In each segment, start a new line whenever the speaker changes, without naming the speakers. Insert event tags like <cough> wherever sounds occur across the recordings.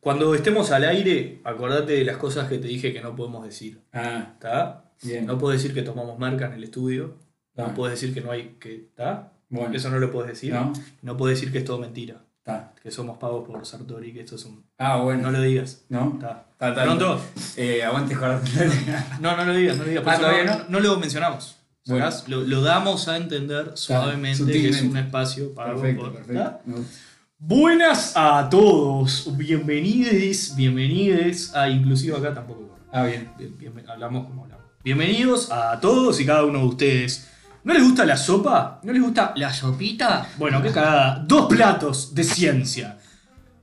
Cuando estemos al aire, acordate de las cosas que te dije que no podemos decir.
Ah,
¿Está?
bien.
No puedes decir que tomamos marca en el estudio.
está,
No puedes decir que no hay. que ¿Está?
Ah. Bueno,
Eso no lo puedes decir.
¿no?
No, puedes decir que es todo mentira.
Está.
Que somos pagos por Sartori, que esto es un.
Ah,
No
bueno.
lo digas.
¿No?
¿Está?
Ah, Está, está.
Pronto.
Eh,
<laughs>
aguante, Jordan.
No, no lo digas, no lo digas. Por
Ah,
eso
todavía
no, no lo mencionamos.
Bueno.
¿sacás? Lo, lo damos a entender suavemente que es
sutilmente.
un espacio pago
Perfecto,
por-
perfecto.
¿está?
Me gusta.
Buenas a todos. Bienvenides, bienvenides a inclusive acá tampoco.
Ah, bien.
Bien- bien- hablamos como hablamos. Bienvenidos a todos y cada uno de ustedes. ¿No les gusta la sopa? ¿No les gusta la sopita? Bueno, qué cagada. Dos platos de ciencia.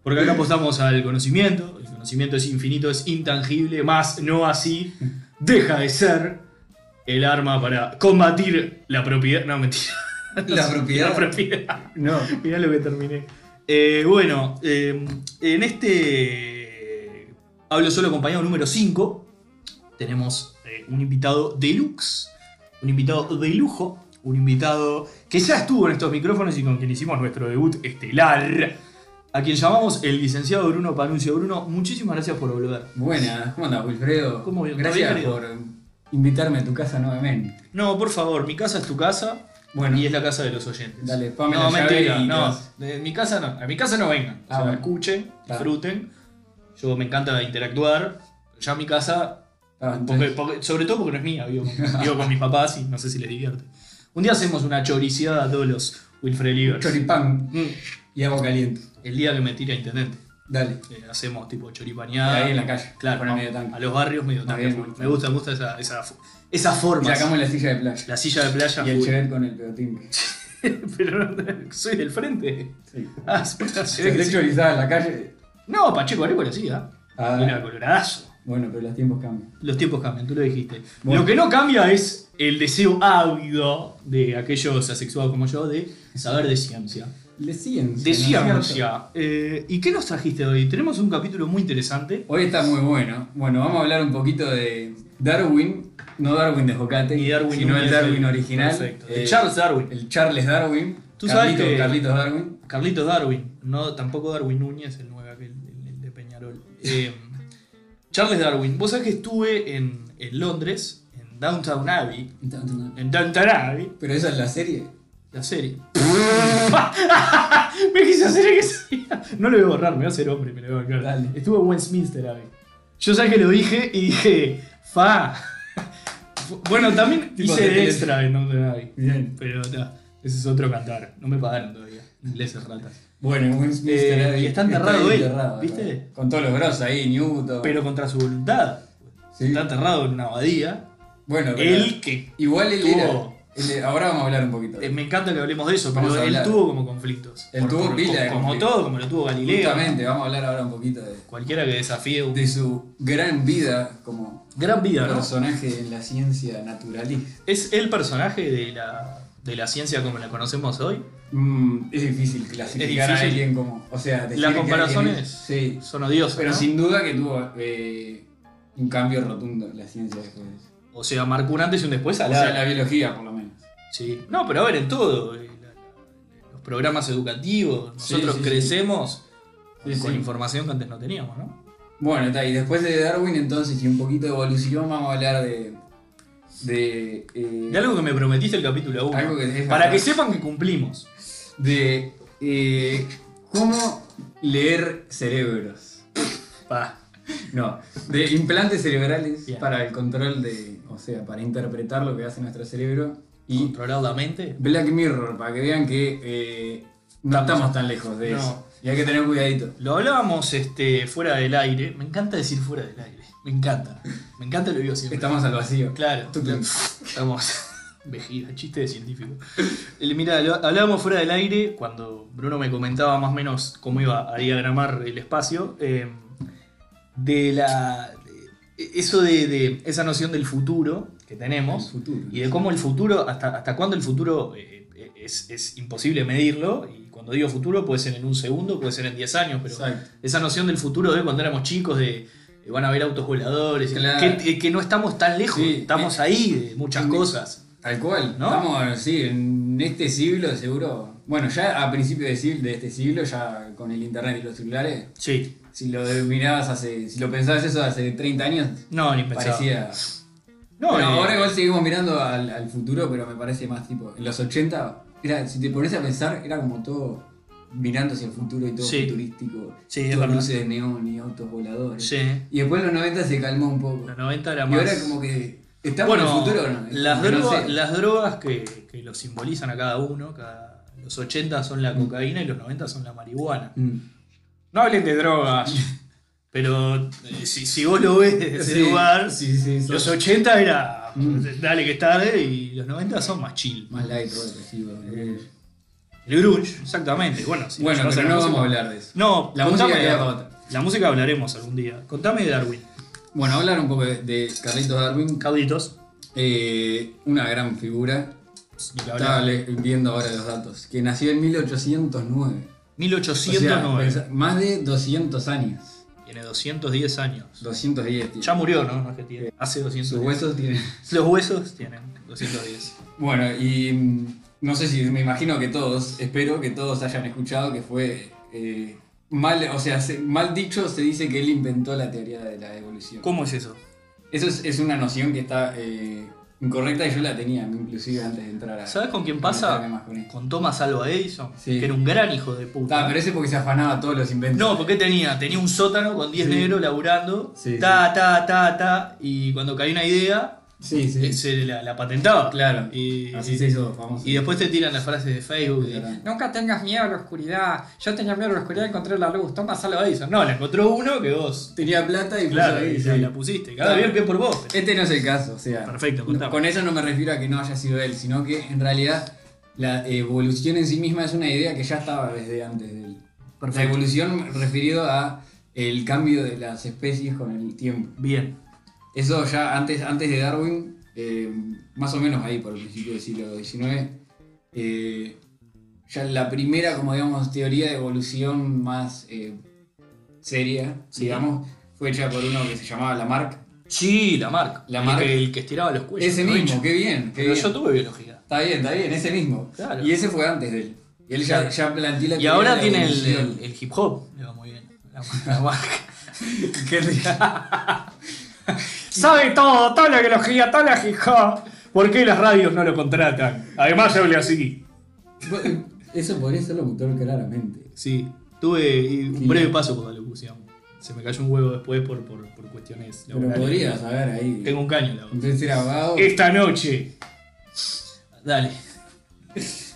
Porque acá apostamos al conocimiento. El conocimiento es infinito, es intangible, más no así. Deja de ser el arma para combatir la propiedad. No, mentira.
La propiedad.
La propiedad.
No.
<laughs> Mirá lo que terminé. Eh, bueno, eh, en este Hablo Solo acompañado número 5 tenemos eh, un invitado deluxe, un invitado de lujo, un invitado que ya estuvo en estos micrófonos y con quien hicimos nuestro debut estelar, a quien llamamos el licenciado Bruno Panucio. Bruno, muchísimas gracias por volver.
Buenas, ¿cómo andas, Wilfredo?
¿Cómo bien?
Gracias
¿Todo bien,
por invitarme a tu casa nuevamente.
No, por favor, mi casa es tu casa
Bueno,
y es la casa de los oyentes.
dale, pame
no,
la llave
mentira,
y te
no.
vas.
De mi casa no. A mi casa no vengan.
Ah,
o sea,
bueno.
escuchen,
Está.
disfruten. Yo me encanta interactuar. Ya mi casa,
Ah,
porque- porque- sobre todo porque no es mía, vivo,
<laughs>
con- vivo con mis papás y no sé si les divierte. Un día hacemos una choriciada a todos los Wilfred Livers.
Choripán
Mm,
y agua caliente.
El día que me tira intendente.
Dale.
Eh, hacemos tipo choripaneada.
Ahí en la calle.
Claro,
Por el
a-
medio tanque.
a los barrios medio tanque.
bien,
full.
bien.
me gusta, me gusta esa, esa, fo- esas
Y
formas.
sacamos la silla de playa.
La silla de playa.
Y el
full.
chevet con el pedotín.
<laughs> Pero no- soy del frente.
Sí.
<laughs> Ah, se ve que
¿Te
sí.
chorizada en la calle?
No, Pacheco Areco lo hacía.
Ah,
Era coloradazo.
bueno, pero los tiempos cambian.
Los tiempos cambian, tú lo dijiste.
Bueno.
Lo que no cambia es el deseo ávido de aquellos asexuados como yo de saber de ciencia.
De ciencia.
De
¿no es cierto?
ciencia. Eh, ¿Y qué nos trajiste hoy? Tenemos un capítulo muy interesante.
Hoy está muy bueno. Bueno, vamos a hablar un poquito de Darwin. No Darwin de Jocate,
Y Darwin
sino el
Núñez,
Darwin
el-
original.
Perfecto. De
Eh,
Charles Darwin.
El Charles Darwin.
Tú sabes
Carlito-
que-
Carlitos Darwin.
Carlitos Darwin. No, tampoco Darwin Núñez, el 9 aquel, el, el de Peñarol. Eh, Charles Darwin. Vos sabés que estuve en, en Londres, en Downtown Abbey. En Downtown Abbey.
Pero esa es la serie.
La serie. <laughs> me quise hacer que sea. No lo voy a borrar, me voy a hacer hombre, me lo voy a borrar.
Dale.
Estuve en Westminster Abbey. Yo sabes que lo dije y dije, fa. <laughs> Bueno, también
Tipo,
hice
te-
de
te-
extra en Downton Abbey.
Bien.
Pero ta, ese es otro cantar. No me pagaron todavía. Ingleses ratas.
Bueno, Westminster
Eh,
Abbey.
y está enterrado él,
enterrado,
¿viste?
claro. Con todos los grosos ahí, Newton.
Pero contra su voluntad.
Sí.
Está enterrado en una abadía.
Bueno, pero-
Él que.
Igual él
tuvo-
era. él era- ahora vamos a hablar un poquito.
eh, Me encanta que hablemos de eso, pero
Vamos a
él
hablar.
tuvo como conflictos.
Él tuvo pila de
Como
conflictos.
todo, como lo tuvo Galileo.
Justamente, vamos a hablar ahora un poquito de,
Cualquiera que desafíe un
de su gran vida como
Gran vida, ¿no?
personaje en la ciencia naturalista.
¿Es el personaje de la, de la ciencia como la conocemos hoy?
Mm, es difícil clasificar
difícil.
a alguien como. O sea, decir
Las
que
comparaciones
alguien es- Sí,
Son odiosas.
pero
¿no?
sin duda que tuvo eh, un cambio rotundo en la ciencia después. de eso.
O sea, marcó un antes y un después a
O
la.
sea, la biología, por lo menos.
Sí. No, pero a ver, en todo. eh, la- la- los programas educativos.
Sí,
Nosotros
sí, sí.
crecemos
Sí,
con
sí.
información que antes no teníamos, ¿no?
Bueno, está, y después de Darwin, entonces, y un poquito de evolución, vamos a hablar de. de. eh,
De algo que me prometiste el capítulo 1.
Algo que tenés que
Para
hacer.
que sepan que cumplimos.
de. eh, cómo leer cerebros.
Pa.
No, de implantes cerebrales
Bien.
para el control de. o sea, para interpretar lo que hace nuestro cerebro. Y
Controlar la mente.
Black Mirror, para que vean que eh, no estamos tan lejos de
No.
eso. Y hay que tener cuidadito.
Lo hablábamos este, fuera del aire. Me encanta decir fuera del aire. Me encanta. Me encanta lo digo siempre.
Estamos al vacío.
Claro.
Tucum.
Estamos. <laughs> Vejiga, chiste de científico. El- Mira, lo- hablábamos fuera del aire cuando Bruno me comentaba más o menos cómo iba a diagramar el espacio. eh, de la. de- eso de, de- esa noción del futuro que
El
tenemos.
futuro.
Y de cómo el futuro, hasta, hasta cuándo el futuro eh, es, es imposible medirlo. Y cuando digo futuro, puede ser en un segundo, puede ser en 10 años, pero
Exacto.
esa noción del futuro de cuando éramos chicos, de eh, van a haber autos voladores,
Claro.
que, que- que no estamos tan lejos,
Sí,
estamos
eh,
ahí de muchas
eh,
cosas.
Tal cual,
¿No?
Estamos, sí, en este siglo seguro. Bueno, ya a principios de, siglo- de este siglo, ya con el internet y los celulares,
Sí,
si lo mirabas hace. Si lo pensabas eso hace 30 años,
No, ni pensaba.
parecía.
No,
Bueno,
eh,
ahora igual seguimos mirando al, al futuro, pero me parece más tipo. En los 80, era, si te pones a pensar, era como todo mirando hacia el futuro y todo
Sí.
futurístico.
Sí, es
todo
verdad.
luces de neón y autos voladores.
Sí,
Y después en los 90 se calmó un poco.
los 90 era
Y
más.
ahora como que. ¿Estamos
bueno,
en el futuro o no?
las,
No
drogas,
sé.
las drogas que, que lo simbolizan a cada uno, cada- los 80 son la cocaína y los 90 son la marihuana.
Mm.
No hablen de drogas, <laughs> pero eh, si, si vos lo ves desde ese
Sí,
lugar,
sí, sí, son
los 80 era eh,
Mm.
dale que es tarde y los 90 son más chill.
más light, rock, así, bueno.
El grunge, exactamente. Bueno, si
eh. Bueno,
nos llevas
pero no
la
vamos a
música-
hablar de eso.
No,
La
contame
música
de-
queda para otra.
La música hablaremos algún día. Contame de Darwin.
Bueno, hablar un poco de, de Carlitos Darwin,
Cauditos.
eh, una gran figura.
ni que
Estaba
hablar.
le- viendo ahora los datos. Que nació en 1809. O sea,
1809.
pensa- más de 200 años.
Tiene 210 años.
210, tío.
Ya murió, ¿no? No es que tiene. Hace
Sus
210.
huesos tienen. <laughs>
Los huesos tienen 210.
Bueno, y mm, no sé si me imagino que todos, espero que todos hayan escuchado que fue eh, mal, o sea, se- mal dicho se dice que él inventó la teoría de la evolución.
¿Cómo es eso?
Eso es, es una noción que está eh, incorrecta y yo la tenía inclusive antes de entrar a...
¿Sabes con quién
a meterme
pasa?
más con esto.
Con Thomas Alva Edison,
Sí.
que era un gran hijo de puta.
Ta, pero ese porque se afanaba todos los inventos.
No, porque tenía, tenía un sótano con 10
Sí.
negros laburando,
Sí,
ta, ta, ta, ta, y cuando caía una idea,
Sí, sí.
eh, se la, la patentaba.
Claro.
Y,
Así
y-
se hizo famoso.
y después te tiran las frases de Facebook. de,
Claro.
Nunca tengas miedo a la oscuridad. Yo tenía miedo a la oscuridad y encontré la luz. Toma Alva Edison. No, la encontró uno que vos.
Tenía plata y puso
Claro,
ahí,
y la,
sí.
la pusiste. Cada
Claro.
bien que por vos. pero-
Este no es el caso, o sea.
Perfecto,
no-
contame.
Con eso no me refiero a que no haya sido él, sino que en realidad la evolución en sí misma es una idea que ya estaba desde antes de él. La
Perfecto.
evolución referido a el cambio de las especies con el tiempo.
Bien.
Eso ya antes, antes de Darwin, eh, más o menos ahí por el principio del siglo XIX, eh, ya la primera, como digamos, teoría de evolución más eh, seria,
Sí.
digamos, fue hecha por uno que se llamaba Lamarck.
Sí, Lamarck.
Lamarck.
El, que, el que estiraba los cuellos.
Ese
¿no?
mismo, qué bien. qué
Pero
bien.
yo tuve biología.
Está bien, está bien, ese mismo.
Claro.
Y ese fue antes de él. Y él ya,
Claro.
ya planteó la
Y
teoría de
ahora
la
tiene el,
evolución.
el- el hip hop. Le va muy bien. Lamarck. Lamarck. <laughs>
Qué rico.
Sabe todo, toda la biología, toda la hip hop. ¿Por qué las radios no lo contratan? Además, yo hablé así.
Bueno, Eso podría ser locutor claramente.
Sí, tuve un
Sí.
breve paso por la locución. Se me cayó un huevo después por, por, por cuestiones
Pero
laborales.
podría saber ahí.
Tengo un caño en la boca.
Entonces era abogado.
Esta noche. Dale.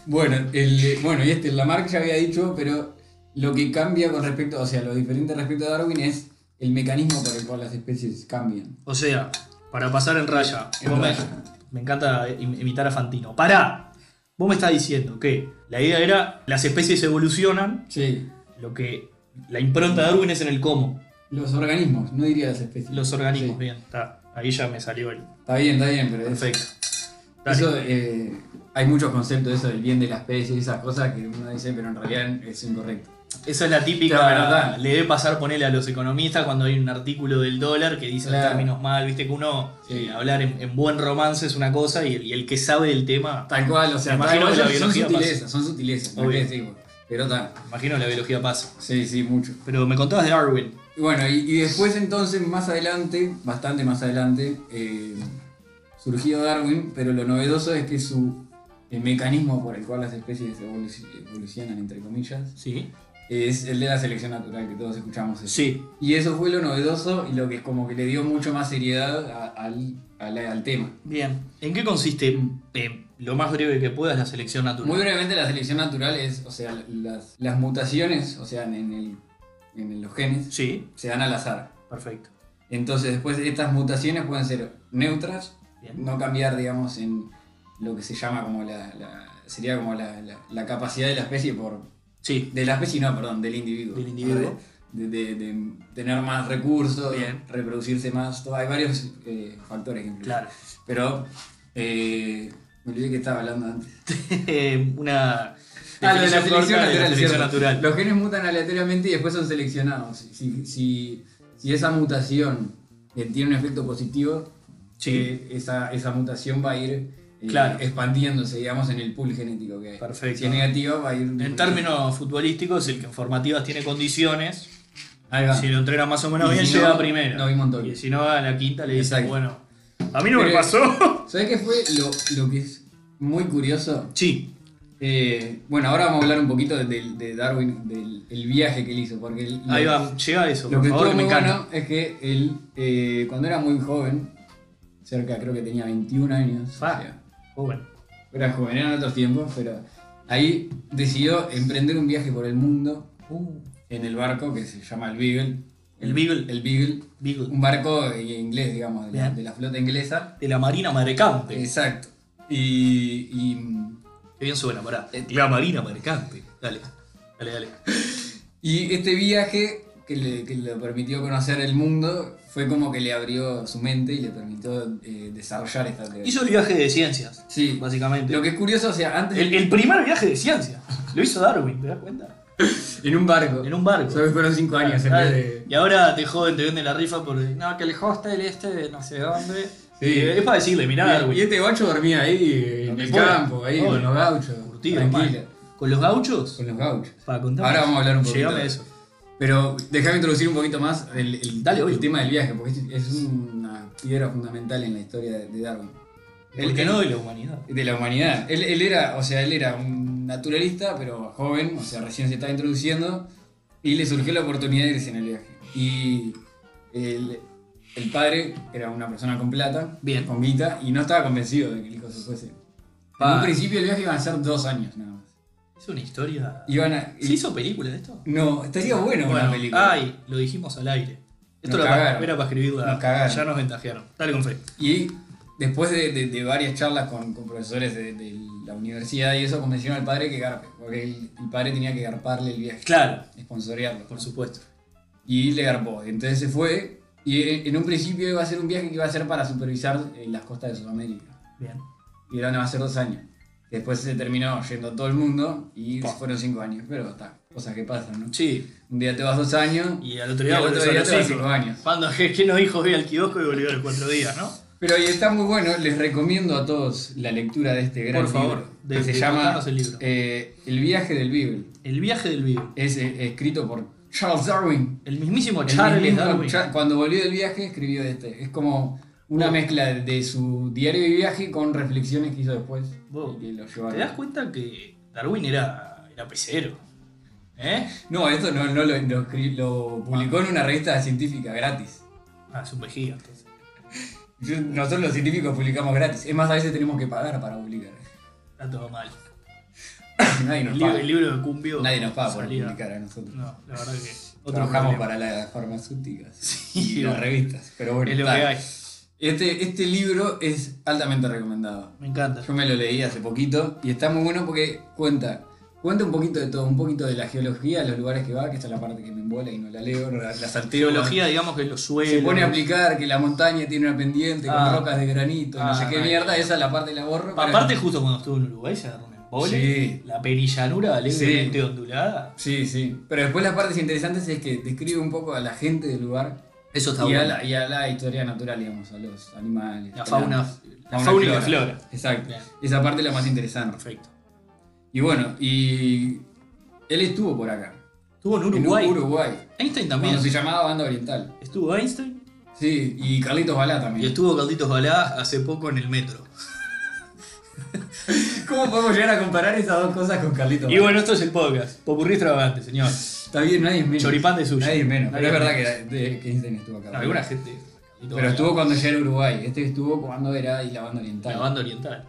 Bueno, el, bueno, y este, Lamarck ya había dicho, pero lo que cambia con respecto, o sea, lo diferente respecto a Darwin es el mecanismo por el cual las especies cambian.
O sea, para pasar en raya.
En
vos me-
raya.
Me encanta im- imitar a Fantino. ¡Pará! Vos me estás diciendo que la idea era las especies evolucionan,
Sí.
lo que la impronta de Darwin es en el cómo.
Los organismos, no diría las especies.
Los organismos,
Sí.
bien, está. Ahí ya me salió el.
Está bien, está bien, pero es-
Perfecto. Dale.
Eso, eh, hay muchos conceptos, eso del bien de la especie, esas cosas que uno dice, pero en realidad es incorrecto.
Esa es la
La
típica.
verdad.
le debe pasar ponerle a los economistas cuando hay un artículo del dólar que dice
Claro.
términos mal, viste que uno
Sí.
eh, hablar en, en buen romance es una cosa y el, y el que sabe del tema.
Tal cual, o sea,
Me imagino
tal
que la
cual, son
biología pasa.
sutilezas, son sutilezas, no
Obvio.
es que digo, pero tal.
Imagino la biología pasa.
Sí, sí, mucho.
Pero me contabas de Darwin.
Y Bueno, y, y después entonces, más adelante, bastante más adelante, eh, surgió Darwin, pero lo novedoso es que su el mecanismo por el cual las especies evoluci- evolucionan, entre comillas,
Sí.
es el de la selección natural que todos escuchamos.
Sí.
Y eso fue lo novedoso y lo que como que le dio mucho más seriedad a- al, al- al tema.
Bien. ¿En qué consiste, eh, lo más breve que puedas, la selección natural?
Mm. Muy brevemente la selección natural es, o sea, las, las mutaciones, o sea, en, el, en los genes,
Sí.
se dan al azar.
Perfecto.
Entonces después estas mutaciones pueden ser neutras,
Bien.
no cambiar, digamos, en lo que se llama como la... la- sería como la, la- la capacidad de la especie por...
Sí.
De la especie no, perdón, del individuo.
Del individuo.
De, de- de tener más recursos,
Bien.
reproducirse más, todo- hay varios eh, factores que influyen.
Claro. <laughs>
Pero eh, me olvidé que estaba hablando antes.
Eh, Una.
Ah, lo de la
definición corta de la
selección natural,
selección
cierto.
natural.
Los genes mutan aleatoriamente y después son seleccionados. Si, si, si esa mutación eh, tiene un efecto positivo,
Sí.
eh, esa, esa mutación va a ir eh,
Claro.
expandiéndose, digamos, en el pool genético que hay.
Perfecto.
Si es negativa, va a ir...
En términos futbolísticos, el que en formativas tiene condiciones,
Ahí va.
Si lo entrena más o menos
Y
bien,
si
llega
no,
primero.
no vi montón.
y si no, a la quinta le dice,
Exacto.
bueno, a mí no me
Pero- <laughs>
pasó.
¿Sabés qué fue lo, lo que es muy curioso?
Sí,
Eh, bueno, ahora vamos a hablar un poquito de, de- de Darwin, del el viaje que él hizo, porque él-
ahí va, llega a eso,
Lo
por
que
favor,
estuvo
que me
muy
encanta.
bueno es que él, eh, cuando era muy joven, cerca creo que tenía 21 años, o
Fa.
sea,
Joven.
era joven, eran otros tiempos, pero ahí decidió emprender un viaje por el mundo
Uh,
en el barco que se llama el Beagle.
El Beagle.
El Beagle.
Beagle.
Un barco eh, inglés, digamos, de la,
Bien.
de la flota inglesa.
De la Marina Mercante.
Exacto. Y, y, mm,
Qué bien suena, pará. Eh, La Marina Mercante. Dale, dale, dale.
y este viaje que le, que le permitió conocer el mundo fue como que le abrió su mente y le permitió eh, desarrollar esta teoría.
Hizo el viaje de ciencias,
Sí,
básicamente.
Lo que es curioso, o sea, antes
El, el primer viaje de ciencia. Lo hizo Darwin, ¿te das cuenta?
en un barco.
En un barco.
Solo que fueron 5 años en vez
Dale.
de.
Y ahora te joden, te venden la rifa por. No, que el hostel este de no sé dónde.
Sí.
Eh, Es para decirle, mirá,
Y
Darwin.
este guacho dormía ahí
Lo
en
que
el
pueda.
campo, ahí
Obvio.
con los gauchos.
Curtido,
tranquilo,
man. Con los gauchos.
Con los gauchos.
Para contar.
Ahora vamos a hablar un poquito
Llegame
de-
eso.
Pero déjame introducir un poquito más el, el-
Dale, obvio.
el tema del viaje, porque es- es una piedra fundamental en la historia de, de Darwin.
El que no de la humanidad.
De la humanidad. Él, él era, o sea, él era un naturalista, pero joven, o sea, recién se estaba introduciendo, y le surgió la oportunidad de irse en el viaje. Y el, el padre era una persona con plata,
Bien.
con guita, y no estaba convencido de que el hijo se fuese. En
Pa.
un principio el viaje iban a ser dos años nada más.
Es una historia.
Iban a-
¿Se hizo película de esto?
No, estaría bueno, una película.
Ay, lo dijimos al aire. Esto
Nos
era, para,
cagaron.
era para escribirla.
Nos cagaron.
Ya nos ventajearon. Dale con fe.
Y después de, de- de varias charlas con, con profesores de, de la universidad y eso, convencieron al padre que garpe, porque el, el padre tenía que garparle el viaje,
Claro,
esponsorearlo.
por supuesto.
Y le garpó. Entonces se fue. Y en en un principio iba a ser un viaje que iba a ser para supervisar eh, las costas de Sudamérica.
Bien.
Y era donde va a ser dos años. Después se terminó yendo a todo el mundo y
Pa.
fueron cinco años. Pero está, cosas que pasan, ¿no?
Sí.
Un día te vas dos años
Y al otro
y
día
al otro
volvés a
día
los
te vas
cinco.
cinco años.
Cuando que nos dijo ve al kiosco y volvió a los cuatro días, ¿no?
Pero ahí está muy bueno, les recomiendo a todos la lectura de este gran
Por favor,
libro.
de-
que se
de-
llama
contanos el libro.
eh, El viaje del Beagle.
El viaje del vivo.
Es eh, escrito por Charles Darwin.
El mismísimo
El
Oh, Charles
mismo
Darwin.
Cha- cuando volvió del viaje escribió este. Es como una
Wow.
mezcla de su diario de viaje con reflexiones que hizo después.
Wow.
y que lo llevaron.
¿Te das cuenta que Darwin era, era pecero? ¿Eh?
No, esto no, no lo, lo escri- lo publicó en una revista científica gratis.
Ah, es un vejiga, entonces.
Yo- Nosotros los científicos publicamos gratis. Es más, a veces tenemos que pagar para publicar. <laughs>
Está todo mal.
Nadie
El,
nos
libro-
paga.
el libro de Cumbio.
Nadie nos paga por
salía-
publicar a nosotros.
No, la verdad que. otro
Trabajamos
problema.
para las <laughs> farmacéuticas
Sí,
y las
bueno.
revistas, pero bueno.
Es lo que
está.
hay.
Este, este libro es altamente recomendado.
Me encanta.
Yo me lo leí hace poquito y está muy bueno porque cuenta, cuenta un poquito de todo, un poquito de la geología, los lugares que va, que esta es la parte que me embola y no la leo, no la, la salteo.
Teología, digamos que es los suelos.
Se pone a aplicar que la montaña tiene una pendiente
Ah.
con rocas de granito, y
Ah,
no sé qué
no,
mierda, esa es la parte de la borro. pero-
Aparte, justo cuando estuvo en Uruguay, se agarró un embole.
Sí.
La perillanura alegremente ondulada.
Sí, sí. Pero después las partes interesantes es que describe un poco a la gente del lugar
Eso está
y a,
bueno.
la, y a la historia natural, digamos, a los animales.
La fauna. La
fauna
fauna y
y
la flora.
Exacto.
Bien.
Esa parte es la más interesante.
Perfecto.
Y bueno, y él estuvo por acá.
Estuvo en
en
Uruguay.
Uruguay.
Einstein también.
Cuando se llamaba Banda Oriental.
Estuvo Einstein.
Sí, y Carlitos Balá
Y
también.
estuvo Calditos Balá hace poco en el metro.
¿Cómo podemos llegar a comparar esas dos cosas con Carlitos
Y bueno, esto es el podcast. Popurrí extravagante, señor.
está bien, nadie es menos.
Choripán de sushi.
Nadie es menos.
Nadie
pero es
es
verdad que, de- que Einstein estuvo acá.
Alguna gente. Carlitos
Pero
Balá.
estuvo cuando ya era Uruguay. Este estuvo cuando era y la Banda Oriental.
La banda oriental.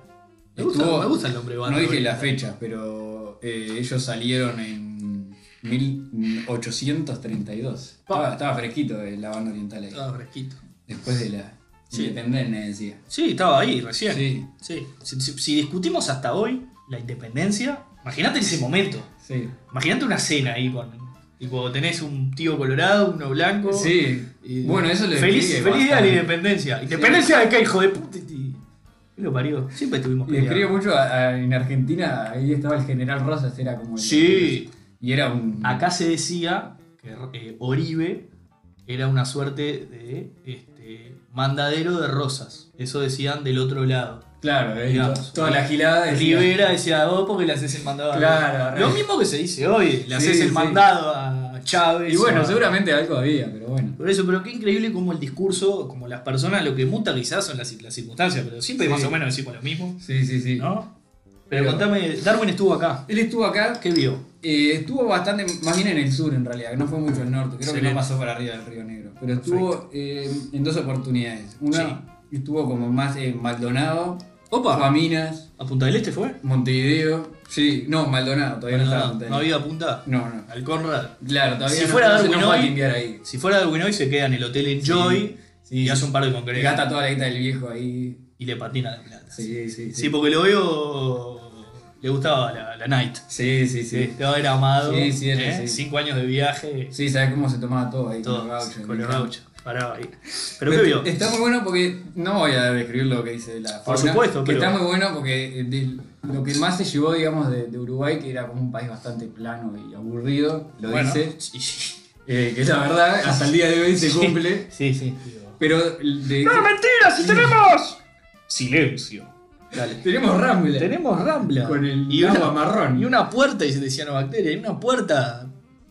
Me,
Estuvo-
gusta, me gusta el nombre de banda.
No dije
oriental.
la fecha, pero eh, ellos salieron en 1832.
Pa.
Estaba, estaba fresquito eh, la banda oriental ahí.
Estaba fresquito.
Después de la
Sí.
independencia, decía.
Sí, estaba ahí recién.
Sí,
Sí. Si, si- si discutimos hasta hoy la independencia, imagínate ese momento.
sí.
Imagínate una cena ahí con. Tipo, tenés un tío colorado, uno blanco.
Sí.
Oh. y-
Bueno, eso le
Feliz,
describe
feliz día de la
bastante.
independencia. ¿Independencia de qué, hijo de puta? Y- ¿Qué lo parió? Siempre estuvimos
Le escribe
peleados.
mucho a- a- en Argentina, ahí estaba el general Rosas, era como el-
Sí.
Y era un.
Acá se decía que eh, Oribe era una suerte de este, mandadero de rosas. Eso decían del otro lado.
Claro, eh,
Digamos.
toda la gilada decía-
Rivera decía vos porque le haces el mandado a
Claro,
Lo
re.
mismo que se dice hoy, le
Sí,
haces el
sí.
mandado a a Chávez.
Y bueno,
a-
seguramente algo había, pero bueno.
Por eso, pero qué increíble como el discurso, como las personas, lo que muta quizás son las, las circunstancias, pero siempre
Sí.
más o menos decimos lo mismo,
Sí, sí, sí.
¿no? Pero,
Pero-
contame, Darwin estuvo acá.
Él estuvo acá,
¿Qué vio?
eh, estuvo bastante, más bien en el sur en realidad, que no fue mucho al norte, creo que
Excelente.
no pasó para arriba del Río Negro. Pero estuvo eh, en dos oportunidades. Una estuvo como más en Maldonado,
Opa.
fue a Minas,
¿A Punta del Este fue?
Montevideo. Sí, no, Maldonado, todavía no estaba
No,
Montevideo.
no había punta.
No, no.
Al Conrad.
Claro, todavía
Si
no,
fuera
no se
Darwin
nos va a
hoy-
limpiar ahí.
Si fuera Darwin hoy se queda en el Hotel Enjoy
Sí,
y hace un par de concretos.
Gasta toda la guita del viejo ahí.
Y le patina la plata. Sí,
Sí, sí, sí.
porque lo veo. Le gustaba la, la Night.
Sí, sí,
Sí.
sí.
Te va a haber amado.
Sí, sí, él,
¿eh?
sí.
Cinco años de viaje.
Sí, sabes cómo se tomaba todo ahí
Todo.
con los gauchos.
Con los
¿no?
gauchos. Paraba ahí. Pero qué vio.
Está muy bueno porque. No voy a describir lo que dice la
Por
fauna,
supuesto,
que
pero-
Está muy bueno porque eh, de- lo que más se llevó, digamos, de, de Uruguay, que era como un país bastante plano y aburrido, lo
Bueno,
dice.
sí, sí.
eh, que es la
<laughs>
verdad, hasta el día de hoy se cumple.
Sí, sí.
Pero. de-
¡No, mentira! ¡Si tenemos! Silencio. Dale.
tenemos Rambla.
Tenemos Rambla.
Con el
Y una-
agua marrón.
Y una puerta, y se decía no bacteria, y una puerta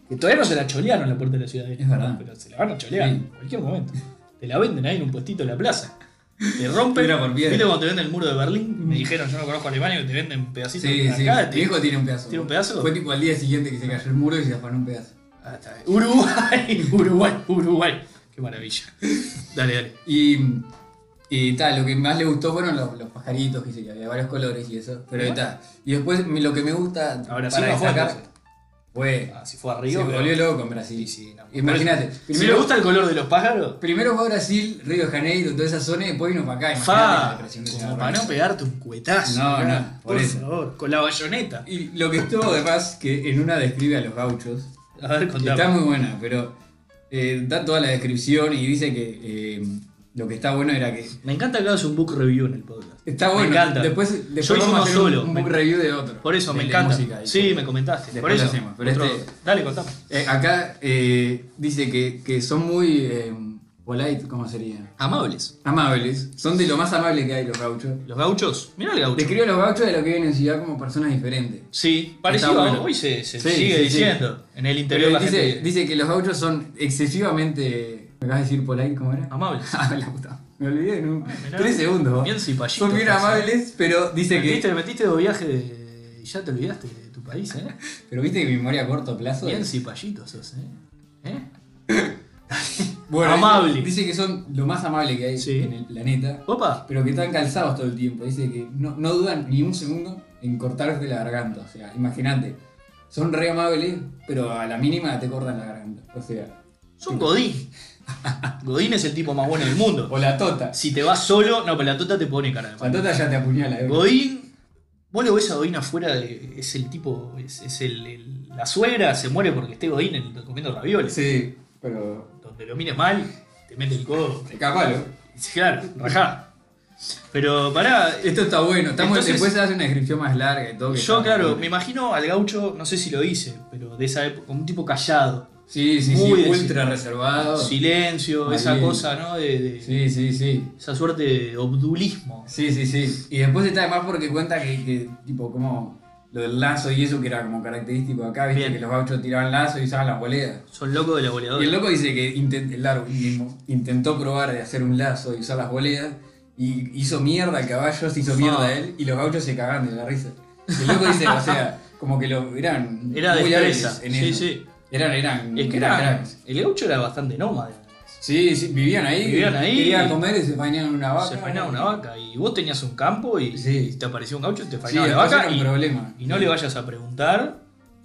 que todavía no se la cholearon la puerta de la ciudad.
Es verdad.
Pero se la van a cholear
Sí.
en cualquier momento. Te la venden ahí en un puestito de la plaza. Te rompen.
Piedra por piedra. Mm.
¿Viste cuando te venden el muro de Berlín? Me dijeron, yo no conozco Alemania, que te venden pedacitos
Sí,
de
sí.
acá.
El
te-
viejo tiene un pedazo.
¿Tiene un pedazo?
Fue tipo al día siguiente que se cayó el muro y se afanó un pedazo.
Ah, está bien. Uruguay, <laughs> Uruguay, Uruguay. Qué maravilla. Dale, dale.
Y, y tal, lo que más le gustó fueron los, los pajaritos, que sé yo, había varios colores y eso. Pero
Ajá.
está. Y después me- lo que me gusta
Ahora sí
para
no fue.
destacar
entonces.
fue.
Ah, si fue a
se
Río. pero-
volvió loco en
Sí,
Brasil.
sí, no.
Imagínate.
Por eso, Si le
Primero,
gusta el color de los pájaros,
primero fue a Brasil, Río de Janeiro, toda esa zona y después vino para acá. Imagínate la
fa.
depresión que se
Como
agarró.
para no pegarte un cuetazo.
No,
mirá.
no, por
Por
eso.
favor, con la bayoneta.
Y lo que estuvo además, que en una describe a los gauchos.
A ver,
que
contame.
Está muy buena, pero eh, da toda la descripción y dice que eh, lo que está bueno era que
Me encanta que hagas un book review en el podcast.
Está
Me
bueno.
encanta.
Después, después
Yo hice
vamos a
uno
hacer
solo.
un, un
Me-
book review de otro.
Por eso,
de-
me
de
encanta.
música y
sí,
todo.
me comentaste. Por
Después lo
eso.
hacemos, pero
Otro-
este-
Dale, contame.
Eh, acá eh, dice que, que son muy eh, polite, ¿cómo sería?
Amables.
Amables. Son de lo más amable que hay los gauchos.
Los gauchos. Mirá el gaucho.
Describe a los gauchos de lo que viven en ciudad como personas diferentes.
Sí, parecido
bueno.
a- hoy se, se
Sí,
sigue
sí, sí.
diciendo. En el interior
Pero
la
dice,
gente.
dice que los gauchos son excesivamente. ¿Me acabas de decir polite cómo era? <laughs>
Amables.
Ah, la puta. Me olvidé en un.
Ah, mirá.
Tres segundos.
Bien cipallito.
Son bien amables, pero dice
Metiste,
que.
metiste dos viajes de- y ya te olvidaste de tu país, ¿eh? <laughs>
Pero viste que memoria a corto plazo.
Bien
es-
cipallito sos, ¿eh? ¿Eh?
dice-
Amable.
Dice, que son lo más amable que hay
Sí.
en el planeta,
Opa.
pero que están calzados todo el tiempo. Dice que no, no dudan ni un segundo en cortarte la garganta. O sea, imagínate, son re amables, pero a la mínima te cortan la garganta. O sea,
Son Godín. <laughs> Godín es el tipo más bueno del mundo.
o la tota.
Si te vas solo, no, pero la tota te pone cara de
La
mal.
tota ya te apuñala. ¿eh?
Godín, vos lo ves a Godín afuera, de- es el tipo, es, es el, el- la suegra se muere porque esté Godín en- comiendo ravioles.
Sí, pero.
Donde lo mires mal, te mete el codo.
Capalo.
Dice, Claro, rajá. Pero pará,
Esto está bueno. Está muy-
Entonces-
después se hace una descripción más larga y todo. que
yo
está-
claro, me imagino al gaucho, no sé si lo hice, pero de esa época, un tipo callado.
Sí, sí, sí.
Muy del-
Ultra reservado.
Silencio,
Ahí.
esa cosa, ¿no? De, de-
Sí, sí, sí.
Esa suerte de obdulismo.
Sí, sí, sí. Y después está además porque cuenta que, que, tipo, como lo del lazo y eso que era como característico acá, viste,
Bien.
que los gauchos tiraban lazo y usaban las boleas.
Son locos de la
Y el
goleadora.
loco dice que intent- el Darwin mismo intentó probar de hacer un lazo y usar las boleas y hizo mierda al caballo, se hizo
Fa.
mierda a él y los gauchos se cagaban de la risa. Y el loco dice, o sea, como que lo eran
Era
muy hábiles
destreza.
en
Sí,
eso.
sí.
Eran, eran,
Es que
eran
era,
cracks.
el gaucho era bastante nómada.
Sí, sí, vivían ahí.
Vivían ahí.
Querían comer y se fañaban una vaca.
Se faenaba una vaca y vos tenías un campo y,
Sí.
y te apareció un gaucho y te
Sí,
faenaba la
después
vaca
era un
y,
problema.
y no le vayas a preguntar,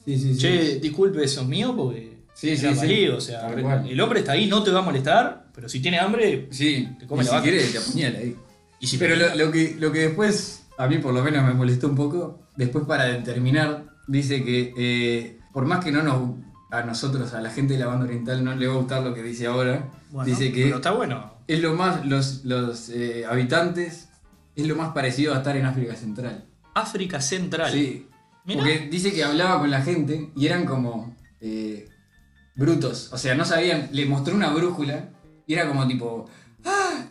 Sí, sí, sí.
che, disculpe, eso es mío porque
Sí,
era
sí, sí.
válido, o sea,
Tal cual.
el hombre está ahí, no te va a molestar, pero si tiene hambre
Sí,
Te come
y
la
si
vaca.
quieres te apuñala ahí.
y si
Pero lo, lo que, lo que después, a mí por lo menos me molestó un poco, después para terminar, dice que eh, por más que no nos, a nosotros, a la gente de la banda oriental, no le va a gustar lo que dice ahora,
Bueno,
dice que
pero está bueno.
es lo más, los, los eh, habitantes, es lo más parecido a estar en África Central.
África Central.
Sí,
Mirá.
porque dice que hablaba con la gente y eran como eh, brutos, o sea, no sabían, le mostró una brújula y era como tipo,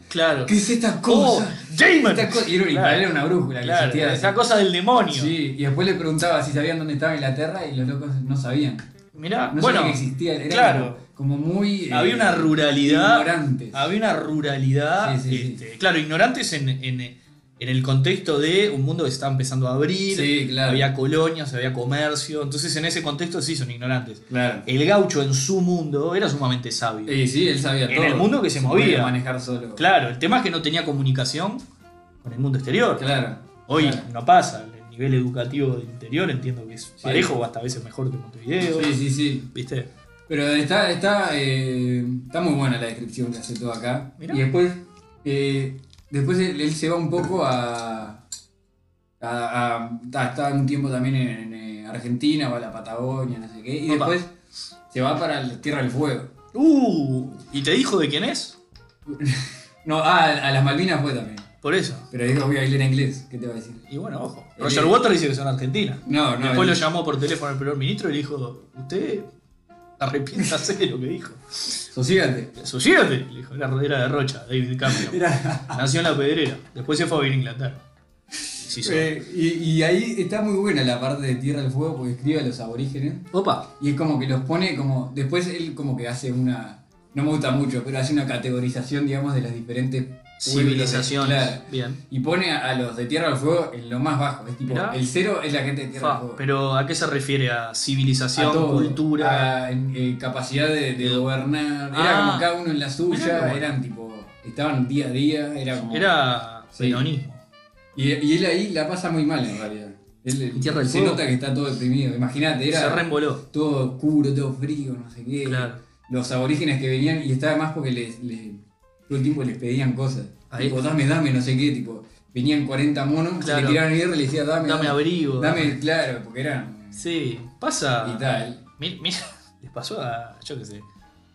Claro.
¿qué es esta
¡Oh!
cosa?
¡Damon!
Esta cosa- y era, y
Claro.
para él era una brújula que
Claro,
existía.
esa cosa del demonio.
Sí, y después le preguntaba si sabían dónde estaba Inglaterra y los locos no sabían.
Mirá,
No
bueno,
sabía que existía, era
claro.
como, como muy. eh,
había una ruralidad.
Ignorantes.
Había una ruralidad.
Sí, sí,
este, Claro, ignorantes en, en- en el contexto de un mundo que se estaba empezando a abrir.
Sí, claro.
Había colonias, había comercio. Entonces, en ese contexto sí son ignorantes.
Claro.
El gaucho en su mundo era sumamente sabio.
Eh, sí, él sabía
En
todo.
el mundo que se
podía
movía.
manejar solo.
Claro, el tema es que no tenía comunicación con el mundo exterior.
Claro.
Hoy
Claro.
no pasa. El nivel educativo del interior entiendo que es parejo o hasta a veces mejor que Montevideo.
Sí, sí, sí.
¿Viste?
Pero está, está, eh, está muy buena la descripción que hace todo acá.
Mirá.
Y después, eh, después él, él se va un poco a. a- a- está, está un tiempo también en, eh, Argentina, va a la Patagonia, no sé qué. Y
Opa.
después se va para la Tierra del Fuego.
Uh, ¿y te dijo de quién es?
No, ah, a las Malvinas fue también.
Por eso.
Pero dijo voy a ir en inglés, ¿qué te va a decir?
Y bueno, ojo.
Eh,
Roger Waters dice que son argentinas.
No, no.
Después
él-
lo llamó por teléfono el primer ministro y le dijo, usted arrepiéntase de lo que dijo.
Sosígate.
Suicídate, le dijo, era, era de Rocha, David Cameron.
Era-
Nació en la pedrera. Después se fue a vivir a Inglaterra. Sí, sí.
Eh, y, y ahí está muy buena la parte de Tierra del Fuego porque escribe a los aborígenes.
Opa.
Y es como que los pone como. Después él como que hace una. No me gusta mucho, pero hace una categorización, digamos, de las diferentes pueblos.
Civilizaciones.
Claro.
Bien.
Y pone a, a los de Tierra del Fuego en lo más bajo. Es tipo,
Mirá.
el cero es la gente de Tierra
Fa,
del Fuego.
pero ¿a qué se refiere? ¿A civilización,
A todo,
cultura?
a, eh, capacidad de, de gobernar.
Ah.
Era como cada uno en la
Mirá
suya.
qué bueno.
Eran tipo. Estaban día a día. Era como.
Era
Sí.
peronismo.
Y, y él ahí la pasa muy mal en realidad. Él,
Y Tierra del
se
Fuego.
nota que está todo deprimido. Imagínate,
Se
era
reemboló.
todo oscuro, todo frío, no sé qué.
Claro.
Los aborígenes que venían, y estaba más porque les, les- todo el tiempo les pedían cosas.
Ahí.
Tipo, dame, dame, no sé qué. tipo Venían 40 monos,
Claro.
le tiraban hierro y le decían, dame,
Dame abrigo.
dame, claro, porque eran.
Sí, pasa.
Y tal.
Mira, <laughs> les pasó a. Yo qué sé.